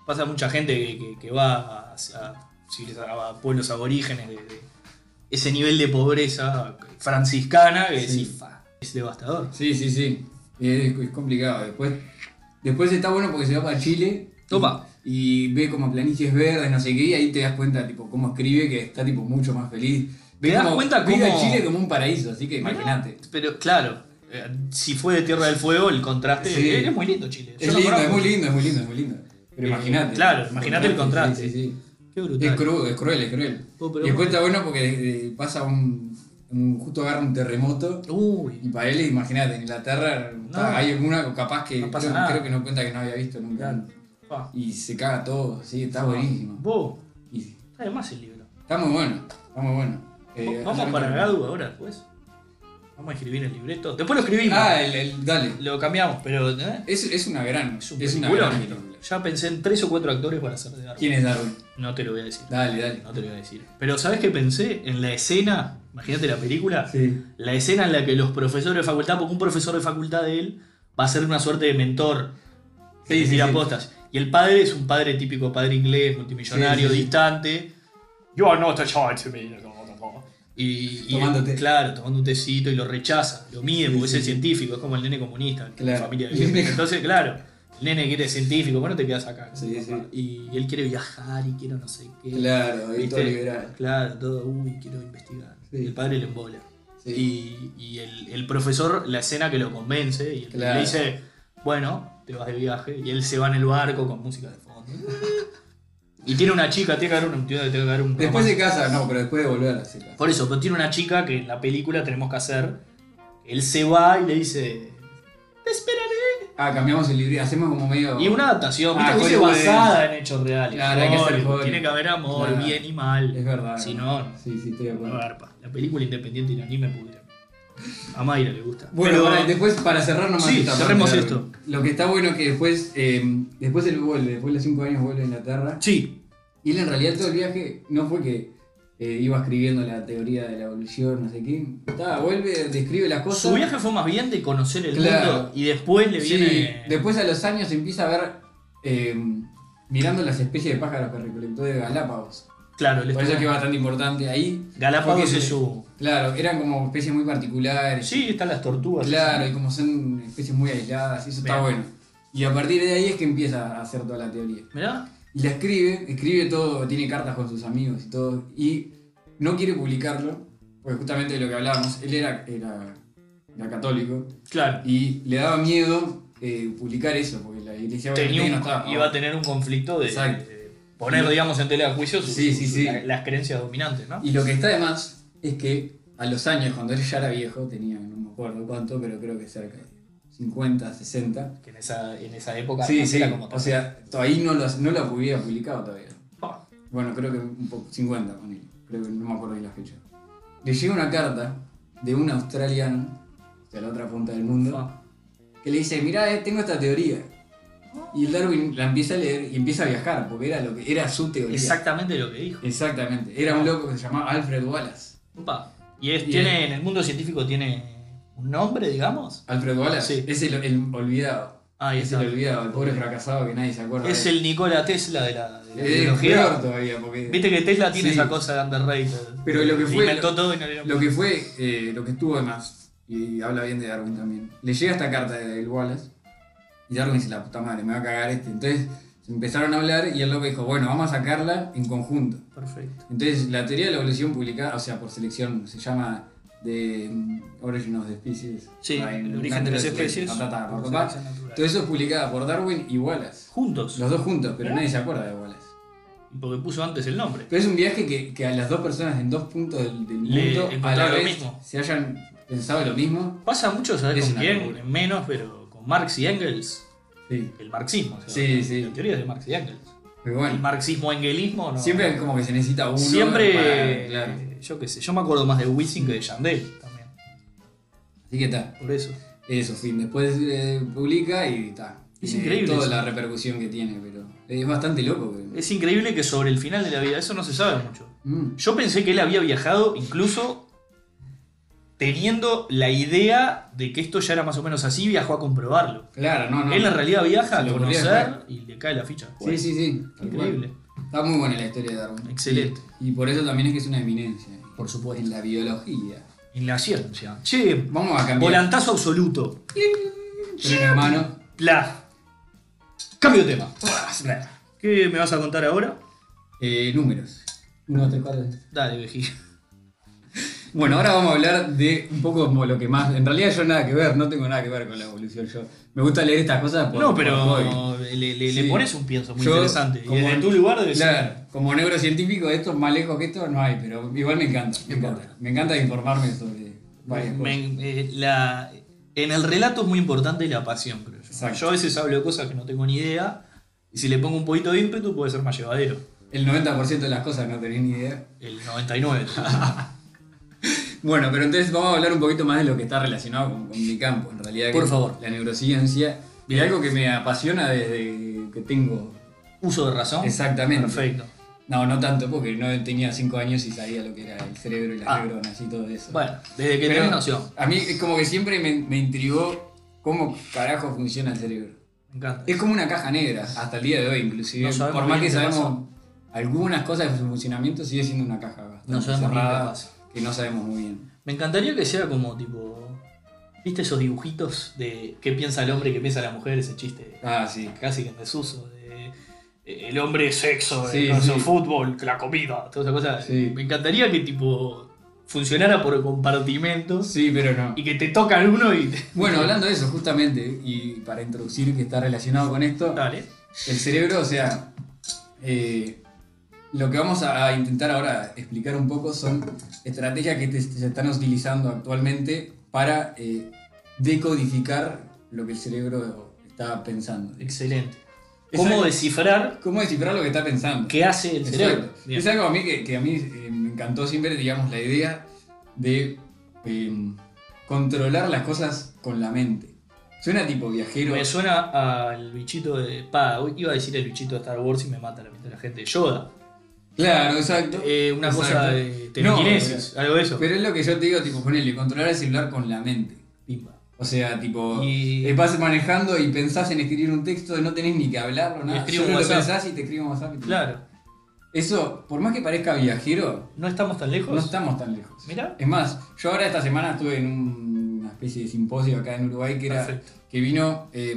Pasa a mucha gente que, que- que va a, a civiliza- a pueblos aborígenes de, de ese nivel de pobreza franciscana que
Sí.
decís, "Fa, es devastador.
Sí, sí, sí. Es, es complicado. Después, después está bueno porque se va para Chile.
Opa.
Y ve como planicies verdes, no sé qué, y ahí te das cuenta tipo cómo escribe, que está tipo mucho más feliz. Ve
Te das
como-
cuenta
vive
cómo-
a Chile como un paraíso, así que imagínate.
Pero claro, eh, si fue de Tierra del Fuego, el contraste
Sí.
es, es muy lindo Chile. Yo
Es
lo
lindo,
conozco.
es muy lindo, es muy lindo, es muy lindo. Pero
Eh,
imagínate.
claro, imagínate el contraste.
Sí, sí, sí.
Qué
Es
brutal.
crudo, es cruel, es cruel.
Oh,
Y
pero
después está bueno porque eh, pasa un, un- justo agarra un terremoto. Y
Uy,
para él, imagínate, en Inglaterra está- hay alguna capaz que
No pasa
creo,
nada.
creo que no cuenta que no había visto nunca.
Claro. fa.
Y se caga todo, sí, está buenísimo.
Vos,
Y
está de más el libro.
está muy bueno, está muy bueno. Eh,
Vamos
hace
para
rato-
Gadu ahora después. Vamos a escribir el libreto. Después lo escribimos.
Ah, el, el- dale.
Lo cambiamos, pero. ¿eh?
Es, es una gran,
Es
es,
un
una
peliculón.
gran película.
Ya pensé en tres o cuatro actores para hacer de Darwin.
¿Quién es Darwin?
No te lo voy a decir.
Dale, dale.
No te lo voy a decir. Pero ¿sabes qué pensé? En la escena, imagínate la película,
Sí.
la escena en la que los profesores de facultad, porque un profesor de facultad de él va a ser una suerte de mentor,
Sí,
sí,
sí, sí.
apostas. Y el padre es un padre típico, padre inglés, multimillonario,
Sí, sí, sí.
distante. You are not a child to me. Y, y-
Tomando té.
claro, tomando un tecito y lo rechaza, lo mide
Sí,
porque es
sí,
el
sí.
científico, es como el nene comunista, que
Claro.
la familia
El nene-
Entonces, claro, el nene quiere científico, bueno, te quedas acá.
Sí, sí.
Y él quiere viajar y quiere no sé qué.
Claro, y todo
¿Viste?
liberal.
Claro, todo, uy, quiero investigar.
Sí.
El padre le embola.
Sí.
Y, y el, el profesor, la escena que lo convence, y el-
Claro.
le dice, bueno, te vas de viaje, y él se va en el barco con música de fondo. y tiene una chica, tiene que haber un, tiene que haber un
Después
romance.
de casa, no, pero después de volver a hacer casa.
Por eso, pero tiene una chica que en la película tenemos que hacer. Él se va y le dice, te esperaré.
Ah, cambiamos el libro, hacemos como medio.
Y una adaptación, viste,
Ah,
que dice
Hollywood es-
basada en hechos reales.
Claro, hay que hacer
Hollywood,
Hollywood.
tiene que haber amor,
Claro.
bien y mal.
Es verdad.
Si no, no.
Sí, sí, estoy de
Bueno,
acuerdo.
garpa. La película independiente y el anime pudieron. A Mayra le gusta.
Bueno,
Pero-
para- después para cerrar nomás.
Sí,
esta parte,
cerremos
Darwin.
esto.
Lo que está bueno es que después, eh, después él vuelve, después de los 5 años vuelve a Inglaterra.
Sí,
Y él en realidad todo el viaje no fue que eh, iba escribiendo la teoría de la evolución, no sé qué. Está, vuelve, describe las cosas.
su viaje fue más bien de conocer el
Claro.
mundo y después le
Sí,
viene.
después a los años empieza a ver, eh, mirando las especies de pájaros que recolectó de Galápagos.
Claro, le
Por eso es que es bastante importante ahí.
Galápagos
Porque-
es su.
Claro, eran como especies muy particulares.
Sí, están las tortugas.
Claro, y como son especies muy aisladas, y eso está
Bien.
bueno. Y a partir de ahí es que empieza a hacer toda la teoría.
Mirá,
Y la escribe, escribe todo, tiene cartas con sus amigos y todo, y no quiere publicarlo, porque justamente de lo que hablábamos, él era, era, era católico,
claro.
y le daba miedo eh, publicar eso, porque la iglesia
Tenía
obviamente
un-
no estaba.
iba a tener un conflicto de,
Exacto.
de poner, digamos, en tela de juicio sus-
Sí, sí,
sus-
sí.
la- las creencias dominantes, ¿no?
Y lo que está de más es que a los años, cuando él ya era viejo, tenía no me acuerdo cuánto, pero creo que cerca de 50, 60.
Que en esa, en esa época
Sí,
no
sí,
era como
o sea, todavía no lo, no lo hubiera publicado todavía.
Ah,
Bueno, creo que un poco, 50 con él, creo que no me acuerdo bien la fecha. Le llega una carta de un australiano, de la otra punta del mundo,
ah.
que le dice, mirá, eh, tengo esta teoría. Y el Darwin la empieza a leer y empieza a viajar, porque era, lo que, era su teoría.
Exactamente lo que dijo.
Exactamente. Era un loco que se llamaba Alfred Wallace.
Upa. Y es,
Y
tiene, en el mundo científico tiene un nombre, digamos.
Alfred Wallace
Sí.
es el, el olvidado.
Ahí
es
está.
el olvidado, el pobre fracasado que nadie se acuerda.
Es
de él.
el Nikola Tesla de la, de la
Eh, peor
biología.
todavía, porque
Viste que Tesla tiene
Sí.
esa cosa de underrated.
Pero lo que fue-
Inventó todo y no le
lo que fue, eh, lo que estuvo de más, y habla bien de Darwin también, le llega esta carta del Wallace, y Darwin dice, la puta madre, me va a cagar este. Entonces se empezaron a hablar y el loco dijo, bueno, vamos a sacarla en conjunto.
Perfecto.
Entonces, la teoría de la evolución publicada, o sea, por selección, se llama de mm, Origin of the Species.
Sí,
Ah, en
el origen de las
Natural
especies.
Selection, ta, ta, ta,
por
ta, ta.
selección natural.
Todo eso es publicada por Darwin y Wallace.
Juntos.
Los dos juntos, pero
¿Eh?
nadie se acuerda de Wallace.
Porque puso antes el nombre.
Pero es un viaje que, que a las dos personas en dos puntos del, del
Le
mundo a la
encontraron lo
vez
mismo.
se hayan pensado lo mismo.
Pasa mucho, ¿sabes
Es
con
una
quién?
locura.
Menos, pero con Marx y Engels.
Sí.
El marxismo. o sea,
Sí, sí.
La teoría es de Marx y Engels.
Pero
El
bueno,
marxismo-engelismo no.
siempre como que se necesita uno.
Siempre,
para- claro.
eh, yo qué sé, yo me acuerdo más de Wissing que de Yandel también,
Así que está.
por eso.
Eso, fin. Después eh, publica y está.
Es
Tiene
increíble
Toda
eso.
la repercusión que tiene, pero es bastante loco. pero-
Es increíble que sobre el final de la vida, eso no se sabe mucho.
Mm.
Yo pensé que él había viajado incluso teniendo la idea de que esto ya era más o menos así, viajó a comprobarlo.
Claro, no, no.
Él en realidad viaja
Ah. Se
a
le ocurrió
conocer y le cae la ficha.
Sí, sí, sí. tal cual.
Increíble.
Está muy buena la historia de Darwin.
Excelente.
Y, y por eso también es que es una eminencia.
Por supuesto.
En la biología.
En la ciencia. Che,
Vamos a cambiar.
volantazo absoluto.
Tren en mano.
La. Cambio de tema. ¿Qué Ah, me vas a contar ahora?
Eh, números. 1, 3, 4.
Dale, vejiga.
Bueno, ahora vamos a hablar de un poco como lo que más. En realidad, yo nada que ver, no tengo nada que ver con la evolución. Yo me gusta leer estas cosas por.
No,
por hobby.
pero le, le- le
Sí.
pones un pienso muy
Yo,
interesante. Y
como-
desde tu lugar debe ser.
Claro, como neurocientífico, esto es más lejos que esto, no hay, pero igual me encanta. Me encanta, me encanta informarme sobre varias cosas.
Me- eh, la- en el relato es muy importante la pasión, creo yo.
Exacto.
Yo a veces hablo de cosas que no tengo ni idea. Y si le pongo un poquito de ímpetu puede ser más llevadero.
El 90% de las cosas no tenés ni idea.
El
<laughs>
99.
Bueno, pero entonces vamos a hablar un poquito más de lo que está relacionado con, con mi campo, en realidad. que
Por
es
favor.
La neurociencia. Y algo que me apasiona desde que tengo.
Uso de razón.
Exactamente.
Perfecto.
No, no tanto, porque no tenía 5 años y sabía lo que era el cerebro y las
Ah.
neuronas y todo eso.
Bueno, desde que
Pero
tenés noción.
A mí es como que siempre me, me intrigó cómo carajo funciona el cerebro.
Me encanta.
Es como una caja negra, hasta el día de hoy, inclusive.
No sabemos
Por más
bien
que
qué
sabemos
pasó.
algunas cosas de su funcionamiento, sigue siendo una caja bastante
No sabemos bien qué
cerrada,
pasa.
que no sabemos muy bien.
Me encantaría que sea como tipo. ¿Viste esos dibujitos de qué piensa el hombre y qué piensa la mujer? Ese chiste
Ah, sí.
casi que en desuso. De, eh, el hombre, sexo,
Sí,
el, no sé,
sí.
fútbol, la comida, toda esa cosa.
Sí.
Me encantaría que tipo funcionara por compartimentos
Sí, pero no.
y que te tocan uno y te...
Bueno, hablando de eso, justamente, y para introducir que está relacionado con esto,
<laughs> Dale.
el cerebro, o sea, eh, lo que vamos a a intentar ahora explicar un poco son estrategias que te- se están utilizando actualmente para eh, decodificar lo que el cerebro está pensando.
Excelente.
Es
¿Cómo
algo-
descifrar
¿Cómo descifrar lo que está pensando?
qué hace el cerebro?
Exacto.
Bien.
Es algo a mí que, que a mí eh, me encantó siempre, digamos, la idea de eh, controlar las cosas con la mente. Suena tipo viajero.
Me suena al bichito de. Pa, iba a decir el bichito de Star Wars y me mata la mitad de la gente. Yoda.
Claro, exacto.
Eh, una
Exacto. eh,
cosa de telequinesis, algo de eso.
Pero es lo que yo te digo, tipo, ponele, controlar el celular con la mente.
Pimba.
O sea, tipo,
Y-
eh, vas manejando y pensás en escribir un texto, no tenés ni que hablarlo,
Y
nada.
escribo
Solo
un
lo
WhatsApp.
pensás y te escribo un WhatsApp. y te-
Claro,
Eso, por más que parezca viajero,
no estamos tan
no
lejos.
estamos tan lejos.
Mirá.
Es más, yo ahora esta semana estuve en un- una especie de simposio acá en Uruguay que era
Perfecto.
que vino eh,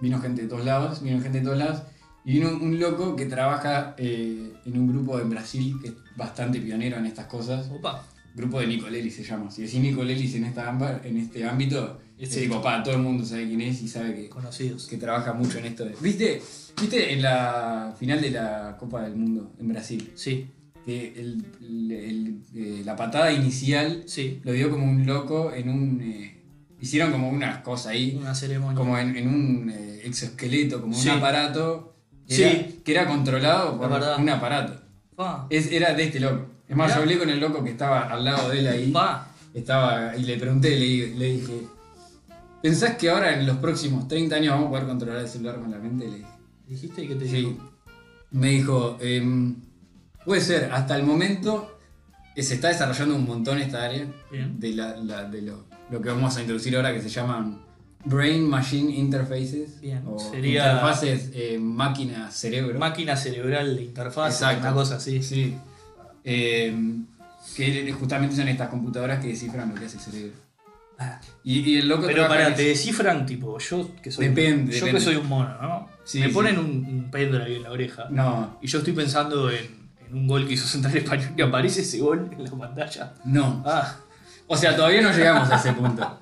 vino gente de todos lados, vino gente de todos lados y vino un loco que trabaja eh, en un grupo en Brasil que es bastante pionero en estas cosas,
Opa.
grupo de Nicolelli se llama. Si decís Nicolelli en esta ámbar- en este ámbito, Es tipo, pa, todo el mundo sabe quién es y sabe que,
Conocidos.
que trabaja mucho en esto. de- ¿Viste? ¿Viste en la final de la Copa del Mundo en Brasil?
Sí,
Que el- el- el- eh, la patada inicial
sí.
lo dio como un loco en un. eh, hicieron como unas cosas ahí,
Una ceremonia.
como en, en un eh, exoesqueleto, como
Sí.
un aparato que era,
Sí.
que era controlado
Es verdad.
por un aparato.
Pa,
Es- era de este loco. Es más,
Mirá.
yo hablé con el loco que estaba al lado de él ahí.
pa.
Estaba, y le pregunté, le, le dije, ¿pensás que ahora en los próximos 30 años vamos a poder controlar el celular con la mente? Le dije,
¿Dijiste que te
sí. Me dijo, em, puede ser, hasta el momento eh, se está desarrollando un montón esta área
Bien.
de, la- la- de lo, lo que vamos a introducir ahora que se llaman Brain Machine Interfaces
Bien,
o
sería-
interfaces eh, máquina-cerebro.
Máquina cerebral de interfaz.
Exacto.
Una cosa así.
Sí. Em, que justamente son estas computadoras que descifran lo que hace el cerebro.
Ah.
Y, y el loco
Pero
trabaja
para,
en
te
eso.
descifran, tipo, yo que soy,
Depende,
yo
depende.
Que soy un mono, ¿no?
Sí,
Me
sí.
ponen un, un péndulo ahí en la oreja.
No,
Y yo estoy pensando en, en un gol que hizo Central Español que aparece ese gol en la pantalla.
no.
Ah,
O sea, todavía no llegamos a
<laughs>
ese punto.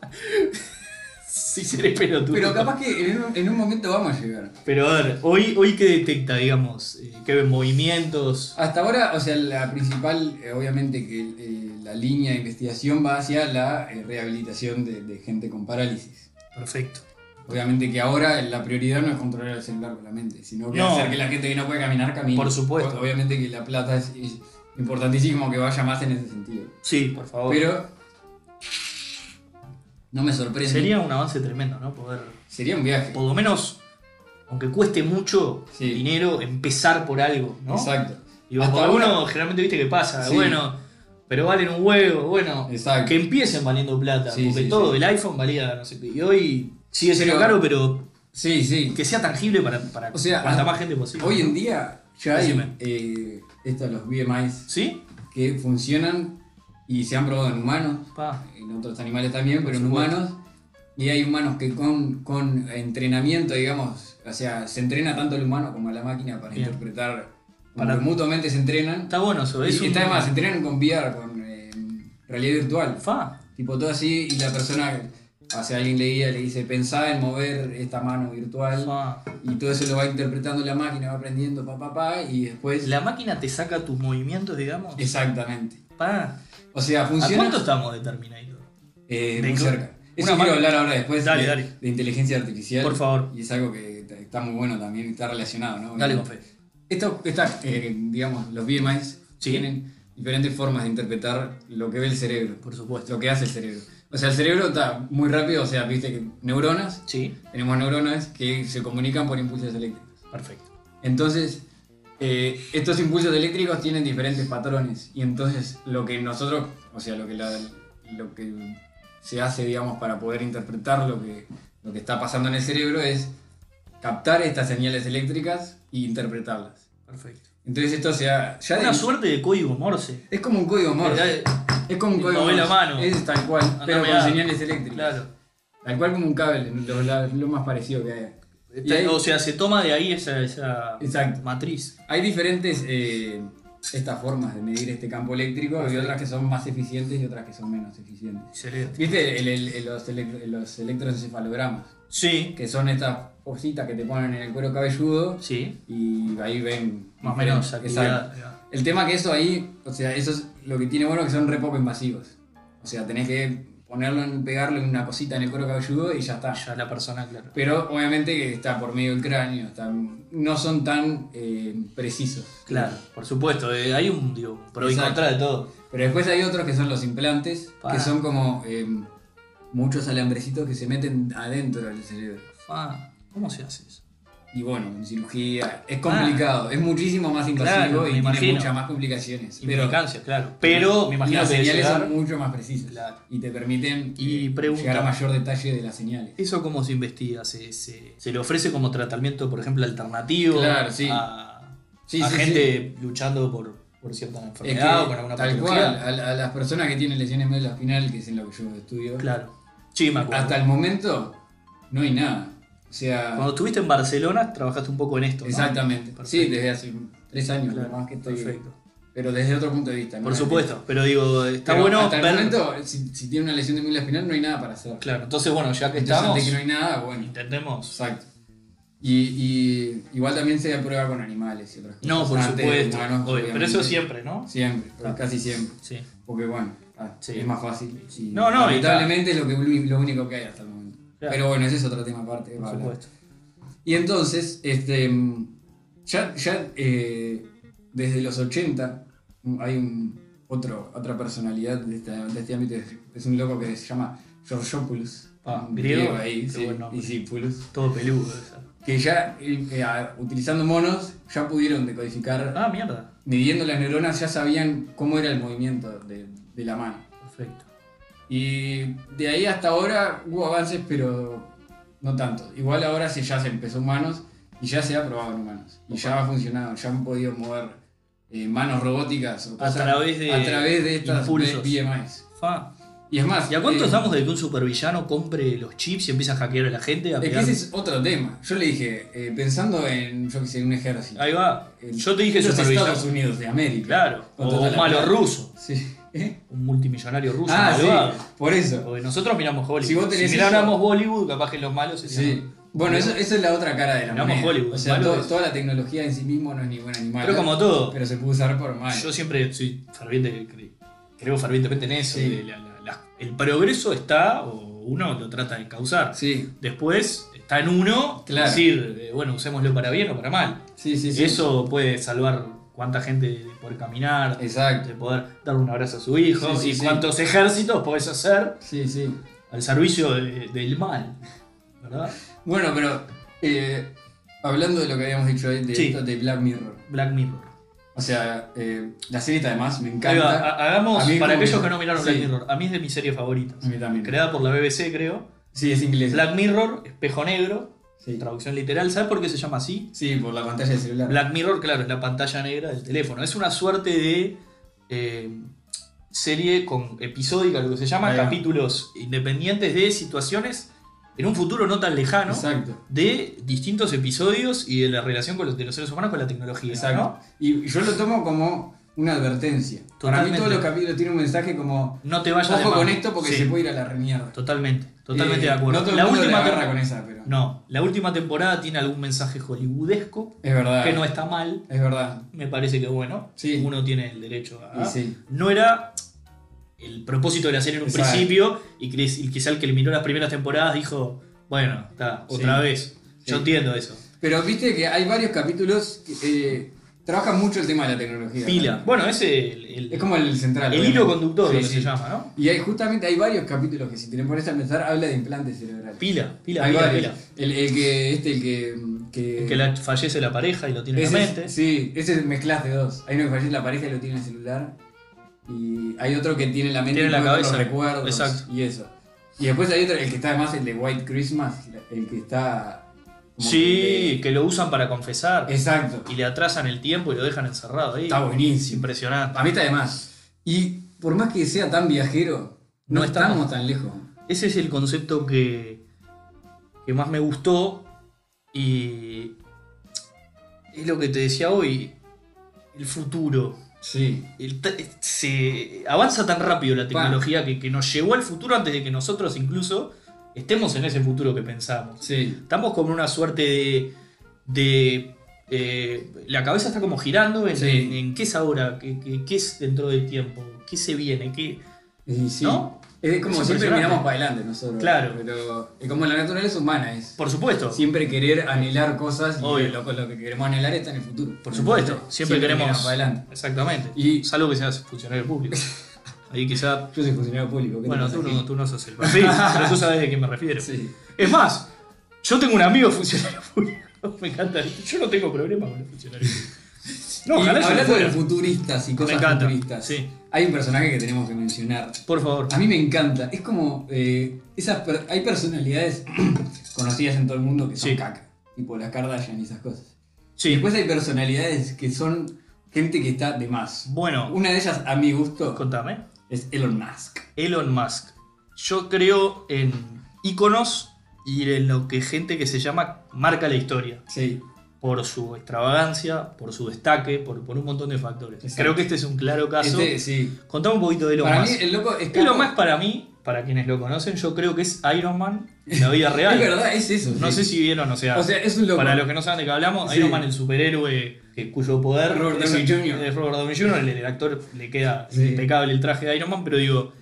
sí seré pelotudo.
Pero capaz que en un, en un momento vamos a llegar.
Pero a ver, hoy, hoy que detecta, digamos, eh, que ven movimientos.
Hasta ahora, o sea, la principal, eh, obviamente, que eh, la línea de investigación va hacia la eh, rehabilitación de, de gente con parálisis.
Perfecto.
Obviamente que ahora la prioridad no es controlar el celular con la mente, sino que
No.
hacer que la gente que no puede caminar camine.
Por supuesto.
Obviamente que la plata es, es importantísimo que vaya más en ese sentido.
Sí, por favor.
Pero no me sorprende.
Sería un avance tremendo, ¿no? Poder,
Sería un viaje.
por lo menos, aunque cueste mucho
Sí.
dinero, empezar por algo, ¿no?
Exacto.
Y
Hasta
algunos
ahora-
generalmente viste que pasa,
Sí.
bueno, pero valen un huevo, bueno,
Exacto.
que empiecen valiendo plata,
Sí,
porque
sí,
todo,
sí.
el iPhone valía, no sé qué, y hoy sigue siendo
Pero-
caro, pero
Sí, sí.
que sea tangible para, para
O sea,
cuanta
ah,
más gente posible.
Hoy en día ya hay
Decime.
eh, estos los BMIs
¿Sí?
que funcionan y se han probado en humanos,
Pa,
en otros animales también, pero en
supuesto.
humanos. Y hay humanos que con, con entrenamiento, digamos, o sea, se entrena tanto el humano como la máquina para
Bien.
interpretar, para
Para-
mutuamente se entrenan.
está bueno eso,
Y
es un-
está además, se entrenan con VR, con eh, realidad virtual.
Fa,
Tipo todo así y la persona, o sea, alguien le guía, le dice, pensá en mover esta mano virtual
fa.
y todo eso lo va interpretando la máquina, va aprendiendo, pa, pa, pa, y después...
La máquina te saca tus movimientos, digamos.
Exactamente.
Pa.
O sea,
¿A
funciona...
cuánto estamos de Terminator?
Eh,
de
muy
co-
cerca. Eso
una
quiero
máquina-
hablar ahora después
Dale,
de,
dale.
de inteligencia artificial.
Por favor.
Y es algo que t- está muy bueno también, y está relacionado, ¿no?
Dale con fe.
Esto, esta, eh, digamos, los BMIs
Sí.
tienen diferentes formas de interpretar lo que ve el cerebro,
Por supuesto.
lo que hace el cerebro. O sea, el cerebro está muy rápido, o sea, viste que neuronas,
Sí,
tenemos neuronas que se comunican por impulsos eléctricos.
perfecto.
Entonces, eh, estos impulsos eléctricos tienen diferentes patrones y entonces lo que nosotros, o sea, lo que, la- lo que se hace, digamos, para poder interpretar lo que, lo que está pasando en el cerebro es captar estas señales eléctricas e interpretarlas.
Perfecto.
Entonces esto se ha- ya
Una
de-
suerte de código Morse.
es como un código Morse.
Eh,
Es como un
y
código
mover la
Morse.
mano.
Es tal cual, pero con
ah, mirá.
señales eléctricas.
Claro.
Tal cual como un cable, lo, la- lo más parecido que hay. Y
Está-
hay-
o sea, se toma de ahí esa, esa
Exacto.
matriz.
Hay diferentes eh, estas formas de medir este campo
Ah,
eléctrico y otras que son más eficientes y otras que son menos eficientes.
Excelente.
¿Viste el- el- el- los, elec- los electroencefalogramas?
Sí,
Que son estas cositas que te ponen en el cuero cabelludo
sí.
y ahí ven...
Más o menos.
Exacto.
actividad.
El tema que eso ahí, o sea, eso es lo que tiene bueno que son re poco invasivos. O sea, tenés que ponerlo, en, pegarlo en una cosita en el cuero cabelludo y ya está.
Ya la persona, claro.
Pero obviamente que está por medio del cráneo, está- no son tan eh, precisos.
Claro, por supuesto. eh, hay un digo, pro y
Exacto.
contra de todo.
Pero después hay otros que son los implantes,
Pa.
que son como eh, muchos alambrecitos que se meten adentro del cerebro.
Fa, Ah, ¿Cómo se hace eso?
Y bueno, en cirugía es complicado, es muchísimo más invasivo
Ah. Claro, me
y tiene
imagino.
muchas más complicaciones. Pero
Implicancia, claro. Pero me imagino
las
que debe
señales
llegar-
son mucho más precisas
Claro.
y te permiten
Y
eh,
pregunta.
llegar a mayor detalle de las señales.
¿Eso cómo se investiga? ¿Se, se, se le ofrece como tratamiento, por ejemplo, alternativo
Claro, sí.
a,
Sí,
a
sí,
gente luchando por, por cierta
Es que,
enfermedad o con alguna
tal cual,
patología?
a, a las personas que tienen lesiones médulas espinal, que es en lo que yo estudio,
Claro. Sí, me acuerdo.
hasta el momento no hay nada. O sea,
Cuando estuviste en Barcelona, trabajaste un poco en esto. ¿no?
Exactamente.
Perfecto.
Sí, desde hace tres años,
Claro,
más que estoy.
Perfecto.
pero desde otro punto de vista. ¿no?
Por supuesto, pero digo, está
Pero
bueno
Hasta el
ver-
momento, si, si tiene una lesión de la espinal, no hay nada para hacer.
Claro, entonces bueno, ya que
Entonces,
estamos,
antes que no hay nada, bueno.
intentemos.
Exacto. Y, y igual también se aprueba con animales y otras cosas.
No, por
Antes de
supuesto,
humanos,
obvio, pero
obviamente.
eso siempre, ¿no?
Siempre,
Ah.
casi siempre.
Sí.
Porque bueno, ah,
Sí.
es más fácil. y
No, no, y
Lamentablemente es lo, que, lo único que hay hasta el momento.
Claro.
Pero bueno, ese es otro tema aparte.
Por
va a hablar.
supuesto.
Y entonces, este, ya, ya eh, desde los 80 hay un, otro, otra personalidad de, esta- de este ámbito. Es- Es un loco que se llama Georgiopoulos.
Ah,
un
griego,
ahí,
qué
sí,
buen nombre.
y sí, Poulos.
Todo peludo. esa.
Que ya, eh, eh, a- utilizando monos, ya pudieron decodificar,
Ah, mierda.
midiendo las neuronas, ya sabían cómo era el movimiento de, de la mano.
Perfecto.
Y de ahí hasta ahora hubo avances, pero no tanto. Igual ahora sí ya se empezó en manos y ya se ha probado en humanos. Y ya ha funcionado, ya han podido mover eh, manos robóticas o
A través de
a través de estas
impulsos.
BMIs.
Fa.
Y es más,
¿Y a cuánto
eh,
estamos de que un supervillano compre los chips y empiece a hackear a la gente? A
Es que
pegar-
ese es otro tema. Yo le dije, eh, pensando en, yo que sé, en un ejército.
Ahí va.
en
Yo te dije
los
supervillano.
Estados Unidos de América.
Claro.
Con
O
toda
un
la
malo
plata.
ruso.
Sí. ¿Eh?
Un multimillonario ruso.
<laughs> Ah,
malvado.
sí, por eso.
Porque nosotros miramos Hollywood.
Si vos tenés
miráramos
eso-
Bollywood, capaz que los malos serían.
Sí. Bueno, eso, eso es la otra cara de la
Miramos
moneda.
Hollywood,
o sea,
malo
to-
es.
toda la tecnología en sí mismo no es ni buena ni mala.
Pero como todo,
pero se puede usar por mal.
yo siempre soy ferviente, cre- creo fervientemente en eso.
Sí.
de la- la- la- el progreso está, o uno lo trata de causar.
Sí,
Después está en uno,
Claro.
decir, eh, bueno, usémoslo para bien o para mal.
sí, sí. sí.
Eso puede salvar cuánta gente de poder caminar,
Exacto.
de poder darle un abrazo a su hijo,
Sí, sí,
y
sí.
cuántos ejércitos podés hacer
Sí, sí.
al servicio de- del mal. ¿Verdad?
Bueno, pero eh, hablando de lo que habíamos dicho de, de
Sí.
esto de Black Mirror.
Black Mirror.
O sea, eh, la serie además me
Ahí va, ah,
encanta.
ha- hagamos,
A mí
para
como
aquellos
que-
que no miraron
sí.
Black Mirror, a mí es de mis series favoritas.
A mí también.
Creada por la BBC, creo.
Sí, es inglés.
Black Mirror, espejo negro,
Sí.
traducción literal. ¿Sabes por qué se llama así?
Sí, por la pantalla del celular.
Black Mirror, claro, es la pantalla negra del teléfono. Es una suerte de eh, serie con episódica, lo que se llama,
Ahí va.
capítulos independientes de situaciones en un futuro no tan lejano.
Exacto.
De distintos episodios y de la relación con los, de los seres humanos con la tecnología.
Exacto.
¿no?
Y yo lo tomo como una advertencia. Para mí
Totalmente.
todos los capítulos tienen un mensaje como
No te vayas de
ojo con
mambo".
esto porque
Sí,
se puede ir a la remierda.
Totalmente, totalmente
Eh,
de acuerdo.
No todo el
la
mundo
última
la agarra
tem-
con esa, pero.
No, la última temporada tiene algún mensaje hollywoodesco
Es verdad.
que no está mal.
Es verdad.
Me parece que bueno,
Sí.
uno tiene el derecho a.
Y sí.
No era el propósito de la serie en un
Exacto.
principio y cre- y quizá el que eliminó las primeras temporadas dijo, bueno, está,
Sí.
otra vez. Yo
Sí.
entiendo eso.
Pero viste que hay varios capítulos que eh, trabajan mucho el tema de la tecnología.
Pila. Bueno, ese el, el-
Es como el central.
el
obviamente.
hilo conductor,
Sí,
lo que
sí.
se llama, ¿no?
Y hay, justamente hay varios capítulos que si te le pones a pensar habla de implantes cerebrales.
Pila, pila,
hay
pila,
varios.
pila.
El, el que, este, el que... mm, que,
Que la- fallece la pareja y lo tiene en la
ese
mente.
es, sí, ese mezclas de dos. Hay uno que fallece la pareja y lo tiene en el celular. Y hay otro que tiene la mente
Tiene
y
la
puede ver los
cabeza.
recuerdos
Exacto.
y eso. Y después hay otro, el que está además, el de White Christmas, el que está... como
Sí, que lo usan para confesar.
que- exacto.
y le atrasan el tiempo y lo dejan encerrado ahí.
Está
Es
buenísimo.
impresionante.
A mí está de más. Y por más que sea tan viajero, no,
No
estamos.
estamos.
tan lejos.
Ese es el concepto que, que más me gustó y es lo que te decía hoy, el futuro.
Sí.
El ta- se avanza tan rápido la tecnología que, que nos llevó al futuro antes de que nosotros incluso estemos en ese futuro que pensamos.
Sí.
Estamos como en una suerte de... de, eh, la cabeza está como girando en,
Sí.
en- en qué es ahora, qué, qué- qué es dentro del tiempo, qué se viene, qué...
Y sí.
¿No?
Es como
Es
siempre
impresionante.
miramos para adelante nosotros.
Claro.
Pero es como la naturaleza humana es.
Por supuesto.
Siempre querer anhelar cosas y
Obvio.
lo, lo que queremos anhelar está en el futuro.
Por supuesto, siempre, queremos.
miramos para adelante.
Exactamente.
Y-
Salvo que seas funcionario
<laughs>
público. Ahí quizá.
Yo soy funcionario público. ¿qué te
Bueno,
pasa
tú
aquí?
no, tú no sos
<laughs>
el perfil, pero tú sabes de qué me refiero.
Sí.
Es más, yo tengo un amigo funcionario público. <laughs> Me encanta. Yo no tengo problema con los funcionarios públicos. No,
Y
ojalá yo
hablando de
fuera.
futuristas y
Me
cosas
encanta.
futuristas,
Sí,
hay un personaje que tenemos que mencionar.
por favor.
A mí me encanta. Es como. eh, esas per- hay personalidades <clears throat> conocidas en todo el mundo que son
Sí.
caca. Tipo las Kardashian y esas cosas.
Sí.
Después hay personalidades que son gente que está de más.
Bueno,
Una de ellas, a mi gusto,
contame.
es Elon Musk.
Elon Musk. Yo creo en íconos y en lo que gente que se llama marca la historia.
Sí.
por su extravagancia, por su destaque, por, por un montón de factores.
Exacto.
Creo que este es un claro caso.
Este, sí.
Contame un poquito de Elon
Para mí,
Musk.
el loco es
Elon Musk para mí, para quienes lo conocen, yo creo que es Iron Man en la
<laughs>
vida
Es
real.
verdad, es eso.
No
sí.
sé si vieron, o sea,
O sea, es un loco.
para los que no saben de qué hablamos,
Sí.
Iron Man el superhéroe que- cuyo poder
Robert
es-
Downey Jr..
es Robert Downey Jr., el, el actor le queda
Sí.
impecable el traje de Iron Man, pero digo,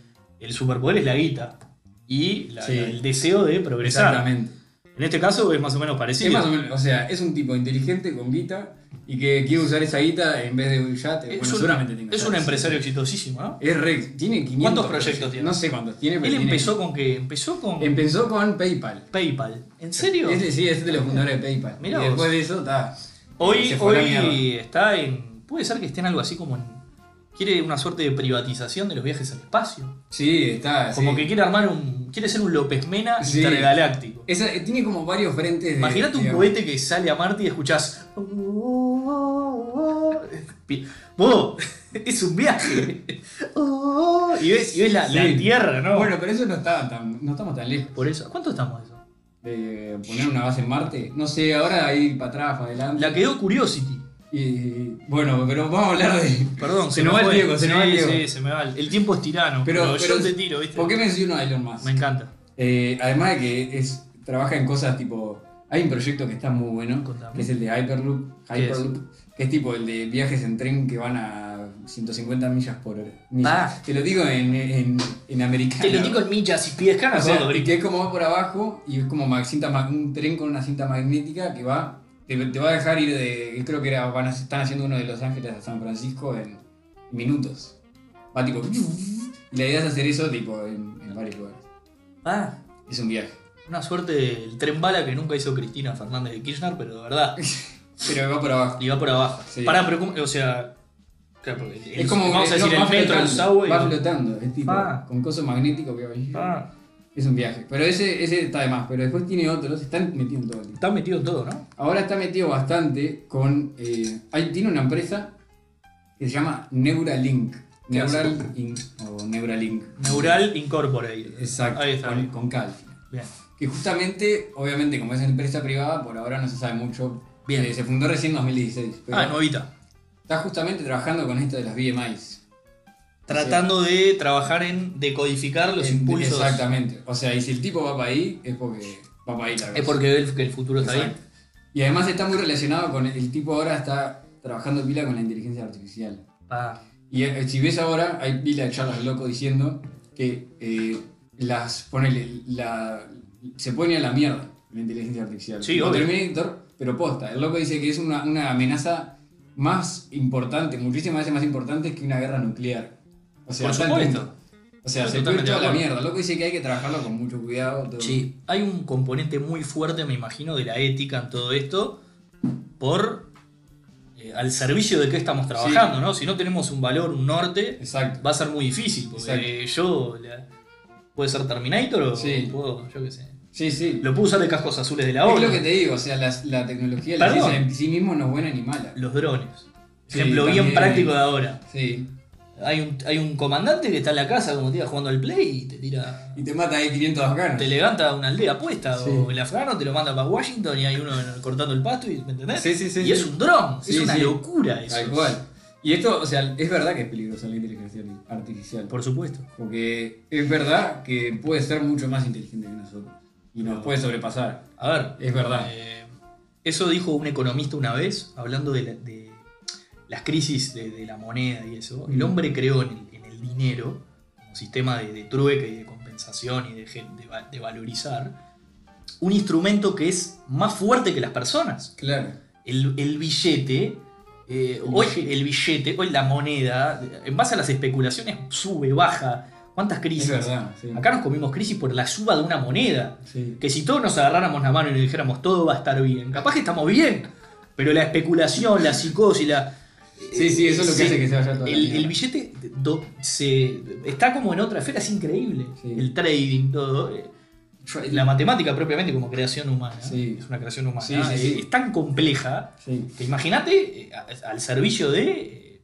el superpoder es la guita y la-
Sí.
el deseo de progresar.
Exactamente.
En este caso es más o menos parecido.
Es más o menos, o sea, es un tipo inteligente con guita y que quiere usar esa guita en vez de un yate.
Es
Bueno,
un-
seguramente tenga
es un
yate, sí.
empresario exitosísimo, ¿no?
Es re, tiene 500
¿Cuántos proyectos tiene?
No sé cuántos tiene, pero
Él
tiene-
empezó con que empezó con
empezó con PayPal.
PayPal. ¿En serio?
Es, sí, este es de los fundadores de PayPal.
Mirá
y
vos.
después de eso, está.
Hoy,
se fue a la mierda.
hoy está en. Puede ser que esté en algo así como en. Quiere una suerte de privatización de los viajes al espacio.
Sí, está. sí.
Como que quiere armar un. Quiere ser un López Mena
Sí. Eh,
intergaláctico.
Esa- tiene como varios frentes. de-
Imagínate un
digamos,
cohete que sale a Marte y escuchás. Pi- Vos, es un viaje. Y ves, y ves la, la
Sí.
tierra, ¿no?
Bueno, pero eso no, está tan, no estamos tan lejos.
Por eso. ¿Cuánto estamos de eso?
De poner una base en Marte. No sé, ahora ir para atrás, para adelante.
La quedó Curiosity.
Y, bueno, pero vamos a hablar de.
Perdón,
Se nos va el
fue.
Diego, se nos va el
Sí,
Diego.
sí, se me va el- El tiempo es tirano. Pero,
Pero-
yo
pero-
te tiro, ¿viste?
¿Por qué menciono a Elon Musk?
Me encanta.
Eh, además de que es, trabaja en cosas tipo. Hay un proyecto que está muy bueno,
Contame.
que es el de Hyperloop,
¿Qué es?
Hyperloop que es tipo el de viajes en tren que van a 150 millas por hora.
Ah.
Te lo digo en, en, Este en americano.
Te lo digo en millas y pies
O
caras.
sea, que es como va por abajo y es como ma- cinta ma- un tren con una cinta magnética que va. Te, te va a dejar ir de. Creo que era, van a- están haciendo uno de Los Ángeles a San Francisco en minutos. Va tipo. Y la idea es hacer eso tipo en, en varios lugares.
Ah,
Es un viaje.
una suerte del tren bala que nunca hizo Cristina Fernández de Kirchner, pero de verdad,
Pero va por abajo.
y va por abajo.
Sí.
Pará, pero ¿cómo? O sea, claro, porque el-
es como
vamos a
no,
decir
va
el metro, el
flotando,
subway.
Va flotando, es tipo.
Ah.
Con coso magnético que va
Ah,
Es un viaje. Pero ese, ese está de más. Pero después tiene otros. Están metiendo todo el tiempo.
está metido en todo, ¿no?
Ahora está metido bastante con. eh, hay- tiene una empresa que se llama Neuralink.
¿Qué hace?
Neuralink o Neuralink.
Neural Incorporate.
Exacto.
Ahí está.
Con, con Cal.
Bien.
Que justamente, obviamente, como es una empresa privada, por ahora no se sabe mucho.
Bien.
Eh, se fundó recién en 2016. Pero
Ah, novita.
Está justamente trabajando con esto de las BMIs.
Tratando de trabajar en decodificar los
En-
impulsos.
Exactamente. O sea, y si el tipo va para ahí, es porque va para ahí la
Es
cosa.
porque ve el- que el futuro está ahí.
Exacto. Y además está muy relacionado con. El tipo ahora está trabajando pila con la inteligencia artificial.
Ah,
Y eh, si ves ahora, hay pila de charlas locos diciendo que eh, las. ponele, la, se pone a la mierda la inteligencia artificial.
Sí,
Como
obvio.
Terminator, pero posta. El loco dice que es una, una amenaza más importante, muchísimas veces más importante que una guerra nuclear. O sea,
Por
está en
supuesto.
punto. O sea,
Estoy
se pone
totalmente
toda
de
la
acuerdo.
mierda. El loco dice que hay que trabajarlo con mucho cuidado. Todo.
Sí, hay un componente muy fuerte, me imagino, de la ética en todo esto, por eh, al servicio de qué estamos trabajando, ¿no? Si no tenemos un valor, un norte,
Exacto.
va a ser muy difícil, porque
Exacto.
eh, yo la- puede ser Terminator o
Sí.
puedo, yo qué sé.
Sí, sí.
Lo puedo usar de cascos azules de la
es
ONU,
lo que te digo, o sea, las- la, tecnología, la
Perdón.
ciencia en sí mismo no es buena ni mala.
los drones.
Sí,
Ejemplo bien
también.
práctico de ahora.
Sí.
Hay un, hay un comandante que está en la casa como te iba jugando al play y te tira.
Y te mata ahí 500 afganos.
Te levanta una aldea puesta,
Sí.
o el afgano te lo manda para Washington y hay uno cortando el pasto, y, ¿me entendés?
Sí, sí, sí,
y
sí.
es un dron, es
Sí,
una
sí.
locura eso.
Tal cual. Y esto, o sea, es verdad que es peligrosa la inteligencia artificial.
Por supuesto.
Porque es verdad que puede ser mucho más inteligente que nosotros. Y nos puede sobrepasar.
A ver,
Es verdad.
eh, eso dijo un economista una vez, hablando de, la- de las crisis de, de la moneda y eso. El
Mm.
hombre creó en el, en el dinero, como sistema de, de trueque y de compensación y de, gen- de va- de valorizar, un instrumento que es más fuerte que las personas.
Claro.
el, el billete, eh, hoy el billete, hoy la moneda, en base a las especulaciones, sube, baja. ¿Cuántas
Es
crisis?
verdad. Sí.
Acá nos comimos crisis por la suba de una moneda.
Sí.
Que si todos nos agarráramos la mano y nos dijéramos todo va a estar bien, capaz que estamos bien, pero la especulación, la psicosis, la.
sí, sí, eso es lo que
Sí.
hace que se vaya todo.
El, el billete do- se, está como en otra esfera, es increíble.
Sí.
El trading, todo. eh, La matemática propiamente como creación humana.
Sí.
Es una creación humana.
Sí, sí,
eh,
sí.
Es tan compleja
Sí.
que imagínate eh, a- al servicio de eh,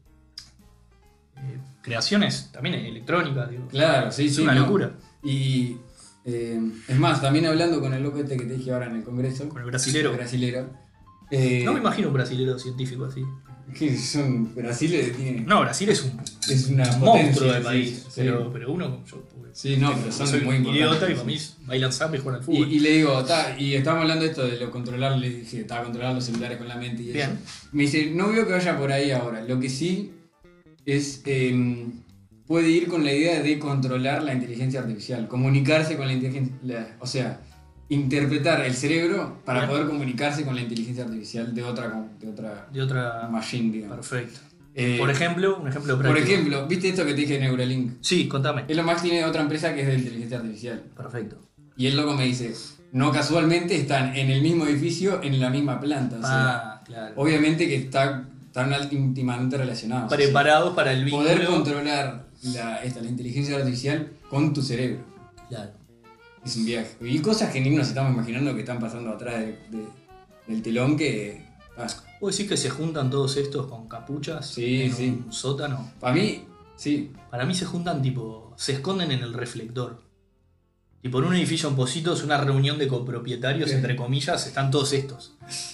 eh, creaciones también electrónicas, digo.
Claro, sí,
es
sí.
una
no.
locura.
Y eh, es más, también hablando con el loco este que te dije ahora en el Congreso.
Con el brasilero.
brasilero. Eh,
No me imagino un brasilero científico así.
<laughs> que son Brasil tiene-
No, Brasil es un
es una
monstruo
potencia,
de
sí,
país.
sí.
Pero, pero uno, yo porque
Sí, no, pero
soy
son
un
muy
idiota y
importantes.
para mí bailan samba y juegan al
Y,
fútbol.
y le digo, "Ta", y estábamos hablando de esto de lo controlar, le dije, estaba controlar los celulares con la mente y eso.
Bien.
Me dice, no veo que vaya por ahí ahora. Lo que sí es, eh, puede ir con la idea de controlar la inteligencia artificial, comunicarse con la inteligencia, la- o sea, interpretar el cerebro para
Bien.
poder comunicarse con la inteligencia artificial de otra, com- de otra
De otra.
machine, digamos.
Perfecto.
Eh,
Por ejemplo, un ejemplo
por
práctico.
ejemplo, ¿viste esto que te dije de Neuralink?
Sí, contame.
Elon Musk tiene otra empresa que es de inteligencia artificial.
Perfecto.
Y el loco me dice, no casualmente están en el mismo edificio, en la misma planta. O sea,
ah, claro.
obviamente que está, están alt- íntimamente relacionados. O sea,
Preparados para el vínculo.
poder controlar la, esta, la inteligencia artificial con tu cerebro.
Claro.
Es un viaje. Y cosas que ni nos estamos imaginando que están pasando atrás de- de- del telón que... ah,
¿Vos decís que se juntan todos estos con capuchas
Sí,
en
sí.
un sótano?
para mí, sí.
Para mí se juntan tipo. se esconden en el reflector. Y por un edificio en Positos, una reunión de copropietarios,
Sí.
entre comillas, están todos estos.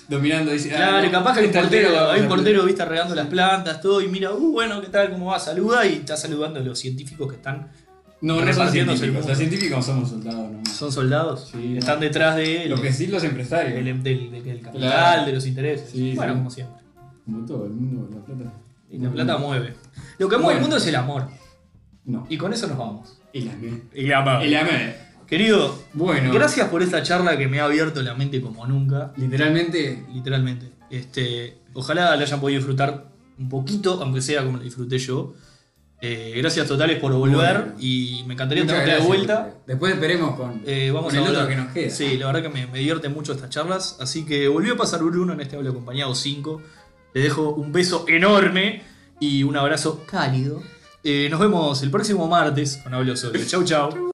Dominando, dice... ah,
Claro, y capaz que hay un
está el
portero,
telón.
hay un portero, viste, regando las plantas, todo, y mira, uh, bueno, ¿qué tal? ¿Cómo va? Saluda y está saludando a los científicos que están.
No, no son
repartiéndose el
científicos.
mundo.
Los científicos somos soldados nomás.
¿Son soldados?
Sí,
están
no.
detrás de él.
Lo que sí los empresarios.
del, del- del- del capital,
Claro.
de los intereses.
Sí,
bueno,
sí.
como siempre.
Como todo el mundo, la plata.
Y la plata mueve. Lo que mueve
Bueno.
el mundo es el amor.
No.
Y con eso nos vamos.
Y la me.
El amor.
Y la me.
Querido,
Bueno.
Ah. gracias por esta charla que me ha abierto la mente como nunca.
Literalmente.
Literalmente. Este, ojalá la hayan podido disfrutar un poquito, aunque sea como la disfruté yo. Eh, gracias totales por volver
Bueno.
y me encantaría
muchas
tenerte de
gracias.
vuelta.
Después esperemos con,
Eh, vamos
con
a
el otro
hablar.
que nos queda.
Sí, la verdad que me, me divierte mucho estas charlas. Así que volvió a pasar Bruno en este hablo acompañado 5. Le dejo un beso enorme y un abrazo cálido. Eh, nos vemos el próximo martes con Hablo Solo. Chau, chau.